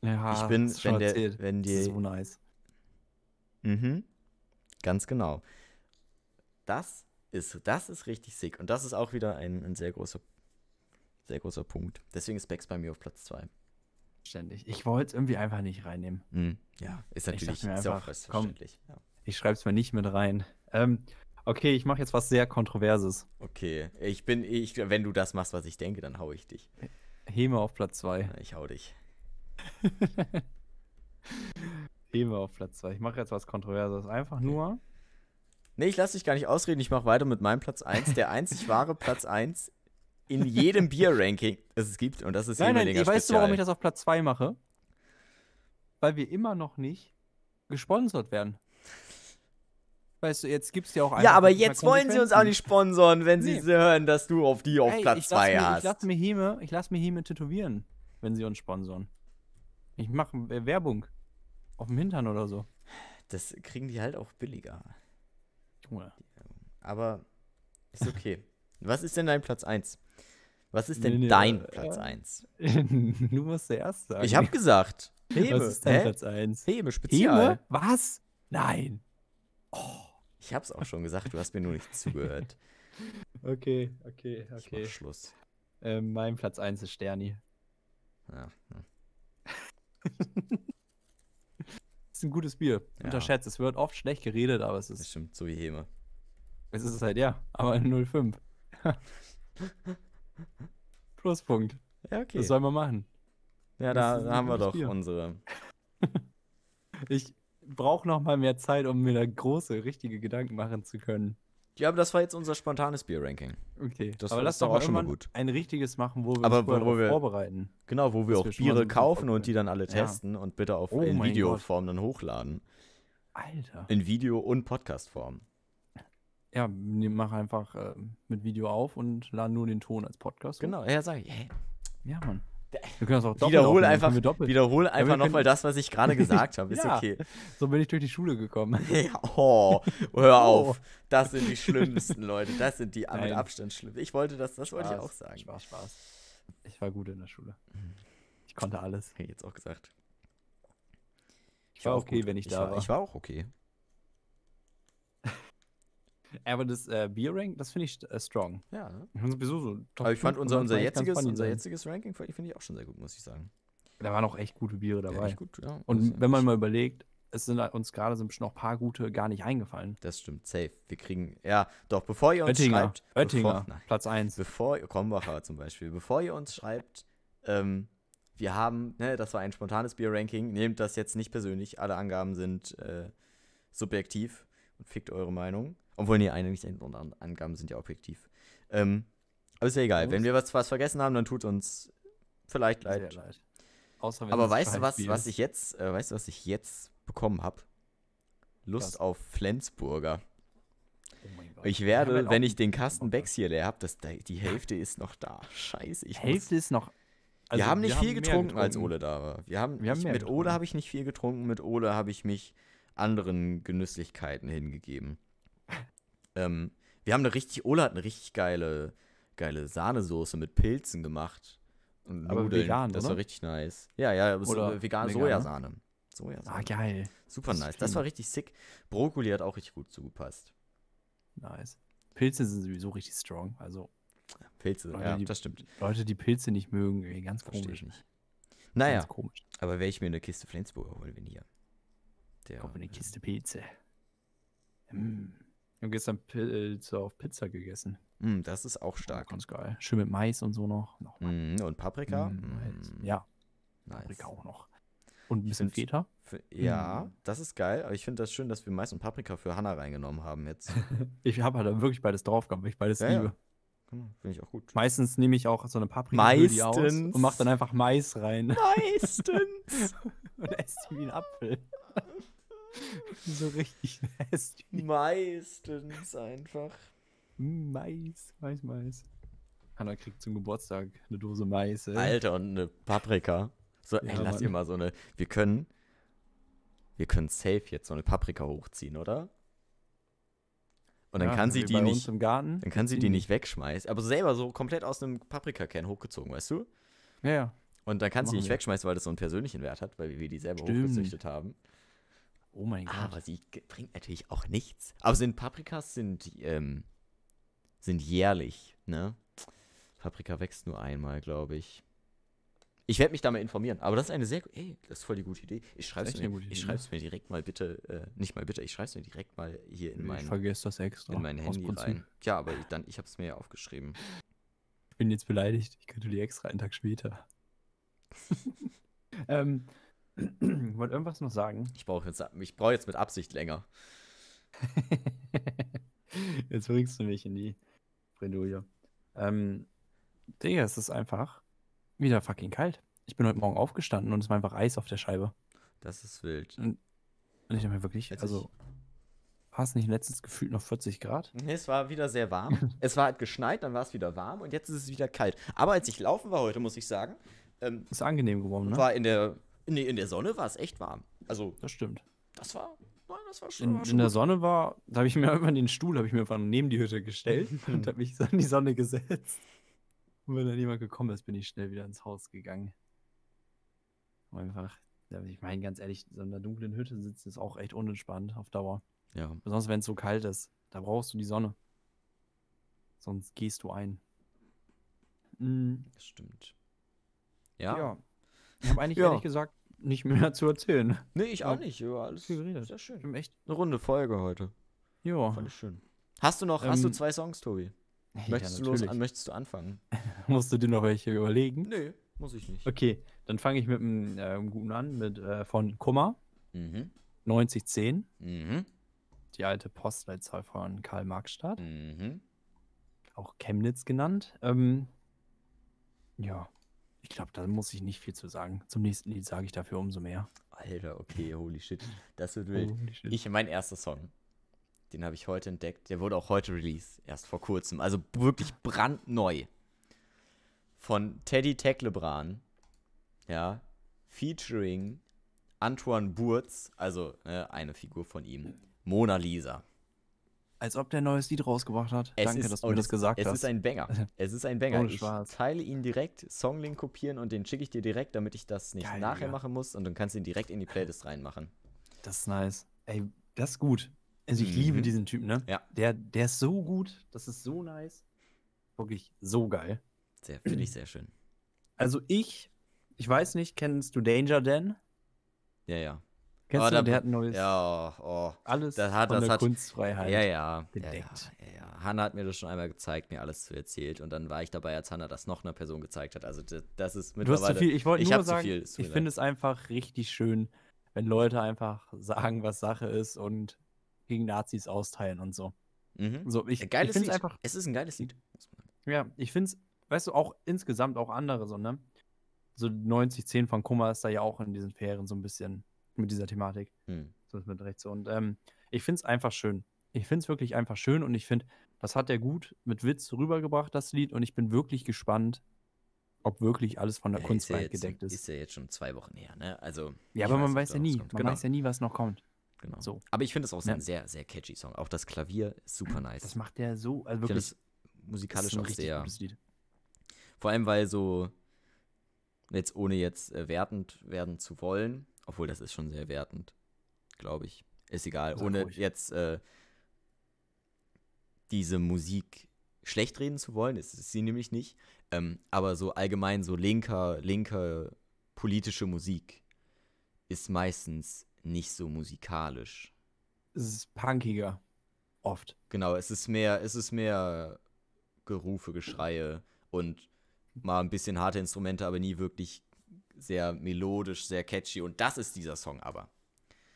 Ja, ich bin, hast du schon wenn der, erzählt. wenn Das ist die, so nice. mhm, ganz genau. Das ist, das ist richtig sick. Und das ist auch wieder ein, ein sehr großer, sehr großer Punkt. Deswegen ist Becks bei mir auf Platz 2. Ständig. Ich wollte es irgendwie einfach nicht reinnehmen. Mhm. Ja, ist Ich dachte natürlich mir ist ja auch einfach, komm. selbstverständlich. Ja. Ich schreibe es mir nicht mit rein. Ähm, okay, ich mache jetzt was sehr Kontroverses. Okay, ich bin, ich, wenn du das machst, was ich denke, dann hau ich dich. Heme auf Platz 2. Ich hau dich. Heme auf Platz 2. Ich mache jetzt was Kontroverses. Einfach nur. Nee, ich lass dich gar nicht ausreden. Ich mache weiter mit meinem Platz 1. Der einzig wahre Platz 1 in jedem Bier-Ranking, das es gibt. Und das ist Nein, nein, Hemelinger weißt du, warum Spezial. ich das auf Platz 2 mache? Weil wir immer noch nicht gesponsert werden. Weißt du, jetzt gibt es ja auch einfach Ja, aber nicht mehr jetzt wollen sie uns auch Konsequenzen. nicht sponsoren, wenn sie Nee. sie hören, dass du auf die auf Ey, Platz ich lass 2 mir- hast. Ich lasse mir Heme, ich lass mir Heme tätowieren, wenn sie uns sponsoren. Ich mache Werbung. Auf dem Hintern oder so. das kriegen die halt auch billiger. Junge. Aber ist okay. Was ist denn dein Platz 1? Was ist denn Nee, nee, dein äh, Platz äh, 1? du musst zuerst sagen. Ich habe gesagt. Hebe. Was ist dein hä? Platz 1? Hebe, Spezial. Was? Nein. Ich hab's auch schon gesagt, du hast mir nur nicht zugehört. Okay, okay, Ich mach Schluss. Ähm, mein Platz 1 ist Sterni. Ja. hm. Ist ein gutes Bier. Ja. Unterschätzt. Es wird oft schlecht geredet, aber es Das ist, stimmt, so wie Heme. es ist halt, ja, aber ein 05. Pluspunkt. Ja, okay. Das soll man machen. Ja, das da, ist ein da haben wir gutes doch Bier. unsere. Ich brauche noch mal mehr Zeit, um mir da große, richtige Gedanken machen zu können. Ja, aber das war jetzt unser spontanes Bier-Ranking. Okay. Das aber ist lass doch doch mal auch schon mal irgendwann gut. ein richtiges machen, wo wir Aber uns vorher wo- wo drauf wir- vorbereiten. Genau, wo wir Dass auch wir schon mal Biere so ein bisschen kaufen vorbereiten. und die dann alle Ja. testen und bitte auf Oh in mein Videoform dann hochladen. Alter. In Video- und Podcastform. Ja, ne- mach einfach äh, mit Video auf und lade nur den Ton als Podcast. hoch. Genau, ja, sag ich. Hä? Ja, Mann. Wir können das auch doppelt Wiederhol aufnehmen, einfach, können wir doppelt. wiederhol einfach können- nochmal das, was ich gerade gesagt habe. Ist Ja. okay. So bin ich durch die Schule gekommen. Ja, oh, hör Oh. auf. Das sind die schlimmsten Leute. Das sind die mit Nein. Abstand schlimmsten. Ich wollte das, das wollte ich auch sagen. Mhm. Spaß, Spaß. Ich war gut in der Schule. Ich konnte alles. Hätte ich jetzt auch gesagt. Ich war, auch okay, gut. wenn ich, da war. Ich war auch okay. Aber das äh, Bier-Rank, das finde ich äh, strong. Ja, ne? Ich fand sowieso so Top Aber ich fand 5 unser, unser, manchmal echt ganz jetziges, funny unser sein. jetziges Ranking finde ich auch schon sehr gut, muss ich sagen. Da waren auch echt gute Biere Ja, dabei. echt gut, ja. Und Also, wenn man mal überlegt, es sind halt uns gerade sind bestimmt noch ein paar gute gar nicht eingefallen. Das stimmt, safe. Wir kriegen, ja, doch, bevor ihr uns Oettinger, schreibt. Oettinger, Bevor, nein, Platz 1. bevor, Krombacher zum Beispiel, bevor ihr uns schreibt, ähm, wir haben, ne, das war ein spontanes Bier-Ranking, nehmt das jetzt nicht persönlich, alle Angaben sind äh, subjektiv und fickt eure Meinung. Obwohl, nee, eigentlich sind unsere An- Angaben sind ja objektiv. Ähm, aber ist ja egal, Muss. wenn wir was, was vergessen haben, dann tut uns vielleicht leid. Sehr leid. Außer wenn Aber es weißt du, was, Scheißbier was ist. ich jetzt, äh, weißt du, was ich jetzt bekommen habe? Lust Was? auf Flensburger. Oh mein Gott. Ich Wir haben halt werde, auch wenn ich einen den Kasten Bock, ne? Becks hier leer habe, die Hälfte ist noch da. Scheiße, ich muss. Hälfte ist noch. also wir haben nicht viel mehr getrunken, als Ole da war. Wir haben, Wir haben ich, mehr mit Ole getrunken. habe ich nicht viel getrunken, mit Ole habe ich mich anderen Genüsslichkeiten hingegeben. ähm, wir haben eine richtig, Ole hat eine richtig geile, geile Sahnesoße mit Pilzen gemacht. Und Aber Nudeln. vegan, das war oder? richtig nice. Ja, ja, das ist Oder äh, vegan vegan, ne? Sojasahne. Sojasoße. Ah, geil. Super nice. Das Supreme. war richtig sick. Brokkoli hat auch richtig gut zugepasst. Nice. Pilze sind sowieso richtig strong. Also Pilze, Leute, ja, die- das stimmt. Leute, die Pilze nicht mögen, ey, ganz Verstehe ich komisch. nicht. Naja, Ganz komisch. aber wäre ich mir eine Kiste Flensburger holen, wenn hier. Der, Kommt in die äh, Kiste Pilze. Mm. Ich habe gestern Pilze auf Pizza gegessen. mh, Hm, das ist auch stark. Ganz geil. Schön mit Mais und so noch. noch Mhm, und Paprika? Mais. Mhm, halt. Ja, nice. Paprika auch noch. Und ein bisschen find's- Feta. Für, ja, Mhm. das ist geil, aber ich finde das schön, dass wir Mais und Paprika für Hanna reingenommen haben jetzt. Ich habe halt dann wirklich beides draufgekommen, weil ich beides Ja, ja. liebe. Hm, finde ich auch gut. Meistens nehme ich auch so eine Paprika die aus Meistens. und mache dann einfach Mais rein Meistens! und esse die wie einen Apfel. so richtig nasty. Meistens einfach. Mm, Mais, Mais, Mais. Hanna kriegt zum Geburtstag eine Dose Mais. Ey. Alter, und eine Paprika. So, ey, Äh? Ja, lass Mann. ihr mal so eine. Wir können. Wir können safe jetzt so eine Paprika hochziehen, oder? Und dann Ja, kann sie wie die bei nicht. Uns im Garten. Dann kann sie ziehen die die. nicht wegschmeißen. Aber selber so komplett aus einem Paprikakern hochgezogen, weißt du? Ja, ja. Und dann kann sie Machen nicht wir. wegschmeißen, weil das so einen persönlichen Wert hat, weil wir die selber Stimmt. hochgezüchtet haben. Oh mein Gott. Aber sie ge- bringt natürlich auch nichts. Aber sind Paprikas sind, ähm, sind jährlich, ne? Paprika wächst nur einmal, glaube ich. Ich werde mich da mal informieren. Aber das ist eine sehr, gu- ey, das ist voll die gute Idee. Ich schreibe echt eine gute mir, ich Idee, ne? schreib's mir direkt mal bitte, äh, nicht mal bitte, ich schreibe es mir direkt mal hier in ich mein, vergesse das extra. in mein aus Handy Prinzip. rein. Ja, aber ich, dann, ich habe es mir ja aufgeschrieben. Ich bin jetzt beleidigt. Ich könnte die extra einen Tag später. ähm, ich wollte irgendwas noch sagen. Ich brauche jetzt, ich brauche jetzt mit Absicht länger. Jetzt bringst du mich in die Bredouille. Ähm, Digga, es ist einfach wieder fucking kalt. Ich bin heute Morgen aufgestanden und es war einfach Eis auf der Scheibe. Das ist wild. Und ich habe mir wirklich, Als also, war es nicht letztens gefühlt noch 40 Grad? Es war wieder sehr warm. es war halt geschneit, dann war es wieder warm und jetzt ist es wieder kalt. Aber als ich laufen war heute, muss ich sagen, ähm, Ist angenehm geworden, ne? war in der, nee, in der Sonne war es echt warm. Also, das stimmt. das war, nein, das war schon, In, war in schon der gut. Sonne war, da habe ich mir einfach den Stuhl, habe ich mir einfach neben die Hütte gestellt und habe mich so in die Sonne gesetzt. Und wenn dann jemand gekommen ist, bin ich schnell wieder ins Haus gegangen. Um einfach, ja, ich meine ganz ehrlich, so in einer dunklen Hütte sitzen ist auch echt unentspannt auf Dauer. Ja, Besonders wenn es so kalt ist, da brauchst du die Sonne. Sonst gehst du ein. Mm, das stimmt. ja. Ja. Ich habe eigentlich Ja. ehrlich gesagt nicht mehr zu erzählen. Nee, ich auch Ja. nicht. Ja, alles Viel geredet. sehr schön. Ich bin echt, Eine runde Folge heute. ja. Fand ich schön. Hast du noch, hast du Ähm, zwei Songs, Tobi? Ja, Möchtest, du los, natürlich. an, möchtest du anfangen? Musst du dir noch welche überlegen? Nee, muss ich nicht. Okay, dann fange ich mit einem ähm, guten an, mit äh, von Kummer Mhm. 9010, Mhm. die alte Postleitzahl von Karl-Marx-Stadt, Mhm. auch Chemnitz genannt. Ähm, ja, ich glaube, da muss ich nicht viel zu sagen. Zum nächsten Lied sage ich dafür umso mehr. Alter, okay, holy shit. Das wird wild. Holy shit. Ich, mein erster Song, den habe ich heute entdeckt. Der wurde auch heute released, erst vor kurzem. Also wirklich brandneu. Von Teddy Teklebran. Ja. Featuring Antoine Burz, also äh, eine Figur von ihm. Mona Lisa. Als ob der ein neues Lied rausgebracht hat. Danke, dass du mir und das es- gesagt es hast. ist ein Banger. Es ist ein Banger. Ohne Ich Spaß. teile ihn direkt, Songlink kopieren und den schicke ich dir direkt, damit ich das nicht Geil, nachher Digga. machen muss. Und dann kannst du ihn direkt in die Playlist reinmachen. das ist nice. Ey, das ist gut. Also ich liebe Mhm. diesen Typen, ne? Ja. Der, der ist so gut, das ist so nice. Wirklich so geil. Sehr, finde ich sehr schön. Also ich, ich weiß nicht, kennst du Danger Dan? Ja, ja. Kennst Ah, du, da- den? der hat ein neues, Ja, oh. alles das hat- von das der hat- Kunstfreiheit. Ja, ja. gedeckt. Ja, ja, ja, ja. Hanna hat mir das schon einmal gezeigt, mir alles zu erzählt. Und dann war ich dabei, als Hanna das noch einer Person gezeigt hat. Also das, das ist Du hast mittlerweile. zu viel, ich wollte ich nur hab zu sagen, viel, es tut ich mir finde es einfach richtig schön, wenn Leute einfach sagen, was Sache ist und gegen Nazis austeilen und so. Mhm. So, ich, Ein ich Geiles finde es Lied. einfach, Es ist ein geiles Lied. muss man sagen. ja, ich finde es, weißt du, auch insgesamt auch andere so, ne? So 90-10 von Kummer ist da ja auch in diesen Fähren so ein bisschen mit dieser Thematik. Hm. zumindest mit rechts. Und ähm, ich finde es einfach schön. Ich finde es wirklich einfach schön und ich finde, das hat er gut mit Witz rübergebracht, das Lied. Und ich bin wirklich gespannt, ob wirklich alles von der Ja, Kunstfreiheit ist ja jetzt, gedeckt ist. Ist ja jetzt schon zwei Wochen her, ne? Also. ich ja, aber man nicht, weiß ob ja da was nie. Man kommt. Genau, weiß ja nie, was noch kommt. genau. so. Aber ich finde es auch Ja. ein sehr, sehr catchy Song. Auch das Klavier ist super nice. Das macht der so, also ich finde wirklich das das musikalisch auch richtig sehr. gutes Lied. Vor allem, weil so, jetzt ohne jetzt äh, wertend werden zu wollen, Obwohl, das ist schon sehr wertend, glaube ich. Ist egal, Sag ohne ruhig. jetzt äh, diese Musik schlecht reden zu wollen, ist es sie nämlich nicht. Ähm, aber so allgemein, so linker, linker politische Musik ist meistens nicht so musikalisch. Es ist punkiger. Oft. Genau, es ist mehr, es ist mehr Gerufe, Geschreie und mal ein bisschen harte Instrumente, aber nie wirklich sehr melodisch, sehr catchy. Und das ist dieser Song aber.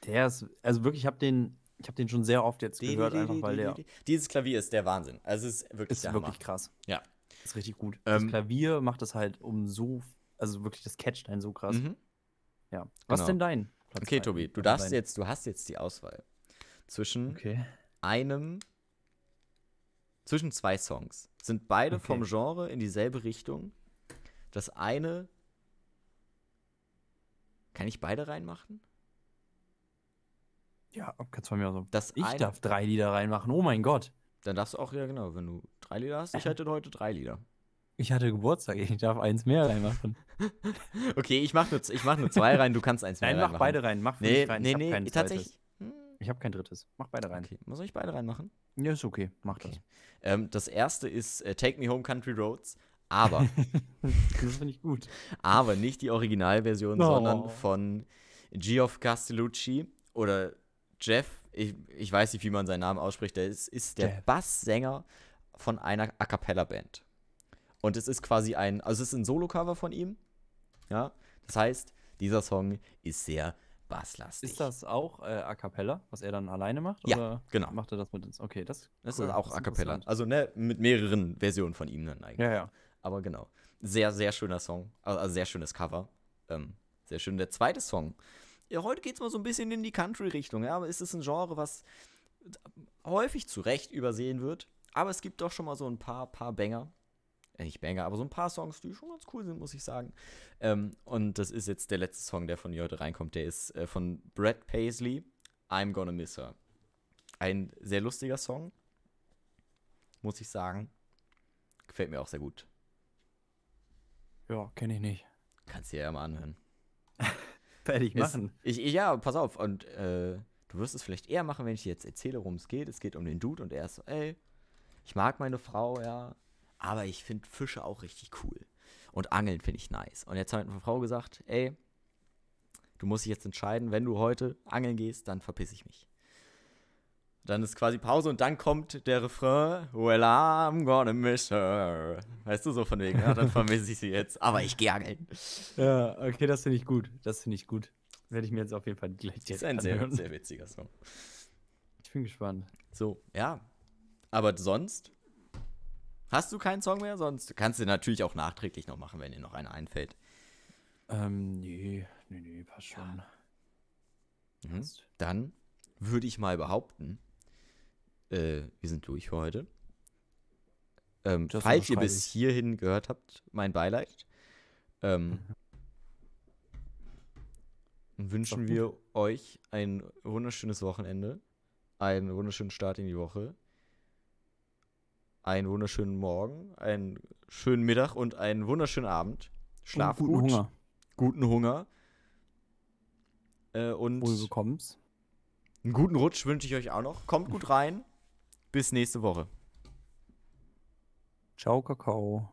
Der ist, also wirklich, ich habe den, ich habe den schon sehr oft jetzt gehört, einfach weil der Dieses Klavier ist der Wahnsinn. Also es ist wirklich ist der wirklich Hammer. krass. Ja. Ist richtig gut. Ähm, das Klavier macht das halt um so, also wirklich, das catcht einen so krass. Mhm. Ja. Was Genau. denn dein? Platz Okay, drei? Tobi, du Dein- darfst dein- jetzt, du hast jetzt die Auswahl zwischen Okay. einem, zwischen zwei Songs. Sind beide Okay. vom Genre in dieselbe Richtung. Das eine, kann ich beide reinmachen? Ja, kannst von mir auch so. Das Ich eine, darf drei Lieder reinmachen. Oh mein Gott. Dann darfst du auch, ja genau, wenn du drei Lieder hast. Ähm. Ich hätte heute drei Lieder. Ich hatte Geburtstag, ich darf eins mehr reinmachen. Okay, ich mache nur, z- ich mach nur zwei rein, du kannst eins mehr Nein, mach reinmachen. beide rein. Mach für Nee, mich rein. nee, ich hab nee, kein ich- zweites. tatsächlich. Hm, Ich habe kein drittes. Mach beide rein. Okay, muss ich beide reinmachen? Ja, ist okay. Mach Okay. Ähm, das erste ist äh, Take Me Home Country Roads, aber, das. Das finde ich gut. aber nicht die Originalversion, Oh. sondern von Geoff Castellucci oder Jeff, ich, ich weiß nicht, wie man seinen Namen ausspricht, der ist, ist der Jeff. Basssänger von einer A Cappella-Band. Und es ist quasi ein, also es ist ein Solo-Cover von ihm, ja, das heißt, dieser Song ist sehr basslastig. Ist das auch äh, A Cappella, was er dann alleine macht? Ja, oder genau. Macht er das mit uns? Okay, das, Das cool, ist auch das A Cappella, interessant. also ne, mit mehreren Versionen von ihm dann eigentlich. Ja, ja. Aber genau. Sehr, sehr schöner Song. Also also sehr schönes Cover. Ähm, sehr schön. Der zweite Song. Ja, heute geht es mal so ein bisschen in die Country-Richtung. Ja, aber es ist ein Genre, was häufig zu Recht übersehen wird. Aber es gibt doch schon mal so ein paar, paar Banger. Äh, Nicht Banger, aber so ein paar Songs, die schon ganz cool sind, muss ich sagen. Ähm, und das ist jetzt der letzte Song, der von mir heute reinkommt. Der ist äh, von Brad Paisley, I'm Gonna Miss Her. Ein sehr lustiger Song, muss ich sagen. Gefällt mir auch sehr gut. Ja, kenne ich nicht. Kannst dir ja mal anhören. Fertig Ist- machen. Ich, ich, ja, pass auf. Und äh, du wirst es vielleicht eher machen, wenn ich dir jetzt erzähle, worum es geht. Es geht um den Dude und er ist so, ey, ich mag meine Frau, ja. Aber ich finde Fische auch richtig cool. Und Angeln finde ich nice. Und jetzt hat meine Frau gesagt, ey, du musst dich jetzt entscheiden, wenn du heute angeln gehst, dann verpiss ich mich. Dann ist quasi Pause und dann kommt der Refrain, well, I'm gonna miss her. Weißt du, so von wegen, ja, dann vermisse ich sie jetzt, aber ich gehe angeln. Ja, okay, das finde ich gut. Das finde ich gut. Werde ich mir jetzt auf jeden Fall gleich Das ist direkt ein sehr, anhören. sehr witziger Song. Ich bin gespannt. So, ja. Aber sonst hast du keinen Song mehr, sonst kannst du natürlich auch nachträglich noch machen, wenn dir noch einer einfällt. Ähm, nee, nee, nee, passt schon. Mhm. Dann würde ich mal behaupten, äh, wir sind durch für heute. Ähm, Das falls ihr unterschreibe bis ich. hierhin gehört habt, mein Beileid. Ähm, und wünschen gut. wir euch ein wunderschönes Wochenende, einen wunderschönen Start in die Woche, einen wunderschönen Morgen, einen schönen Mittag und einen wunderschönen Abend. Schlaf Und guten gut, Hunger. guten Hunger. Äh, und Wohl bekommst. einen guten Rutsch wünsche ich euch auch noch. Kommt gut rein. Bis nächste Woche. Ciao, Kakao.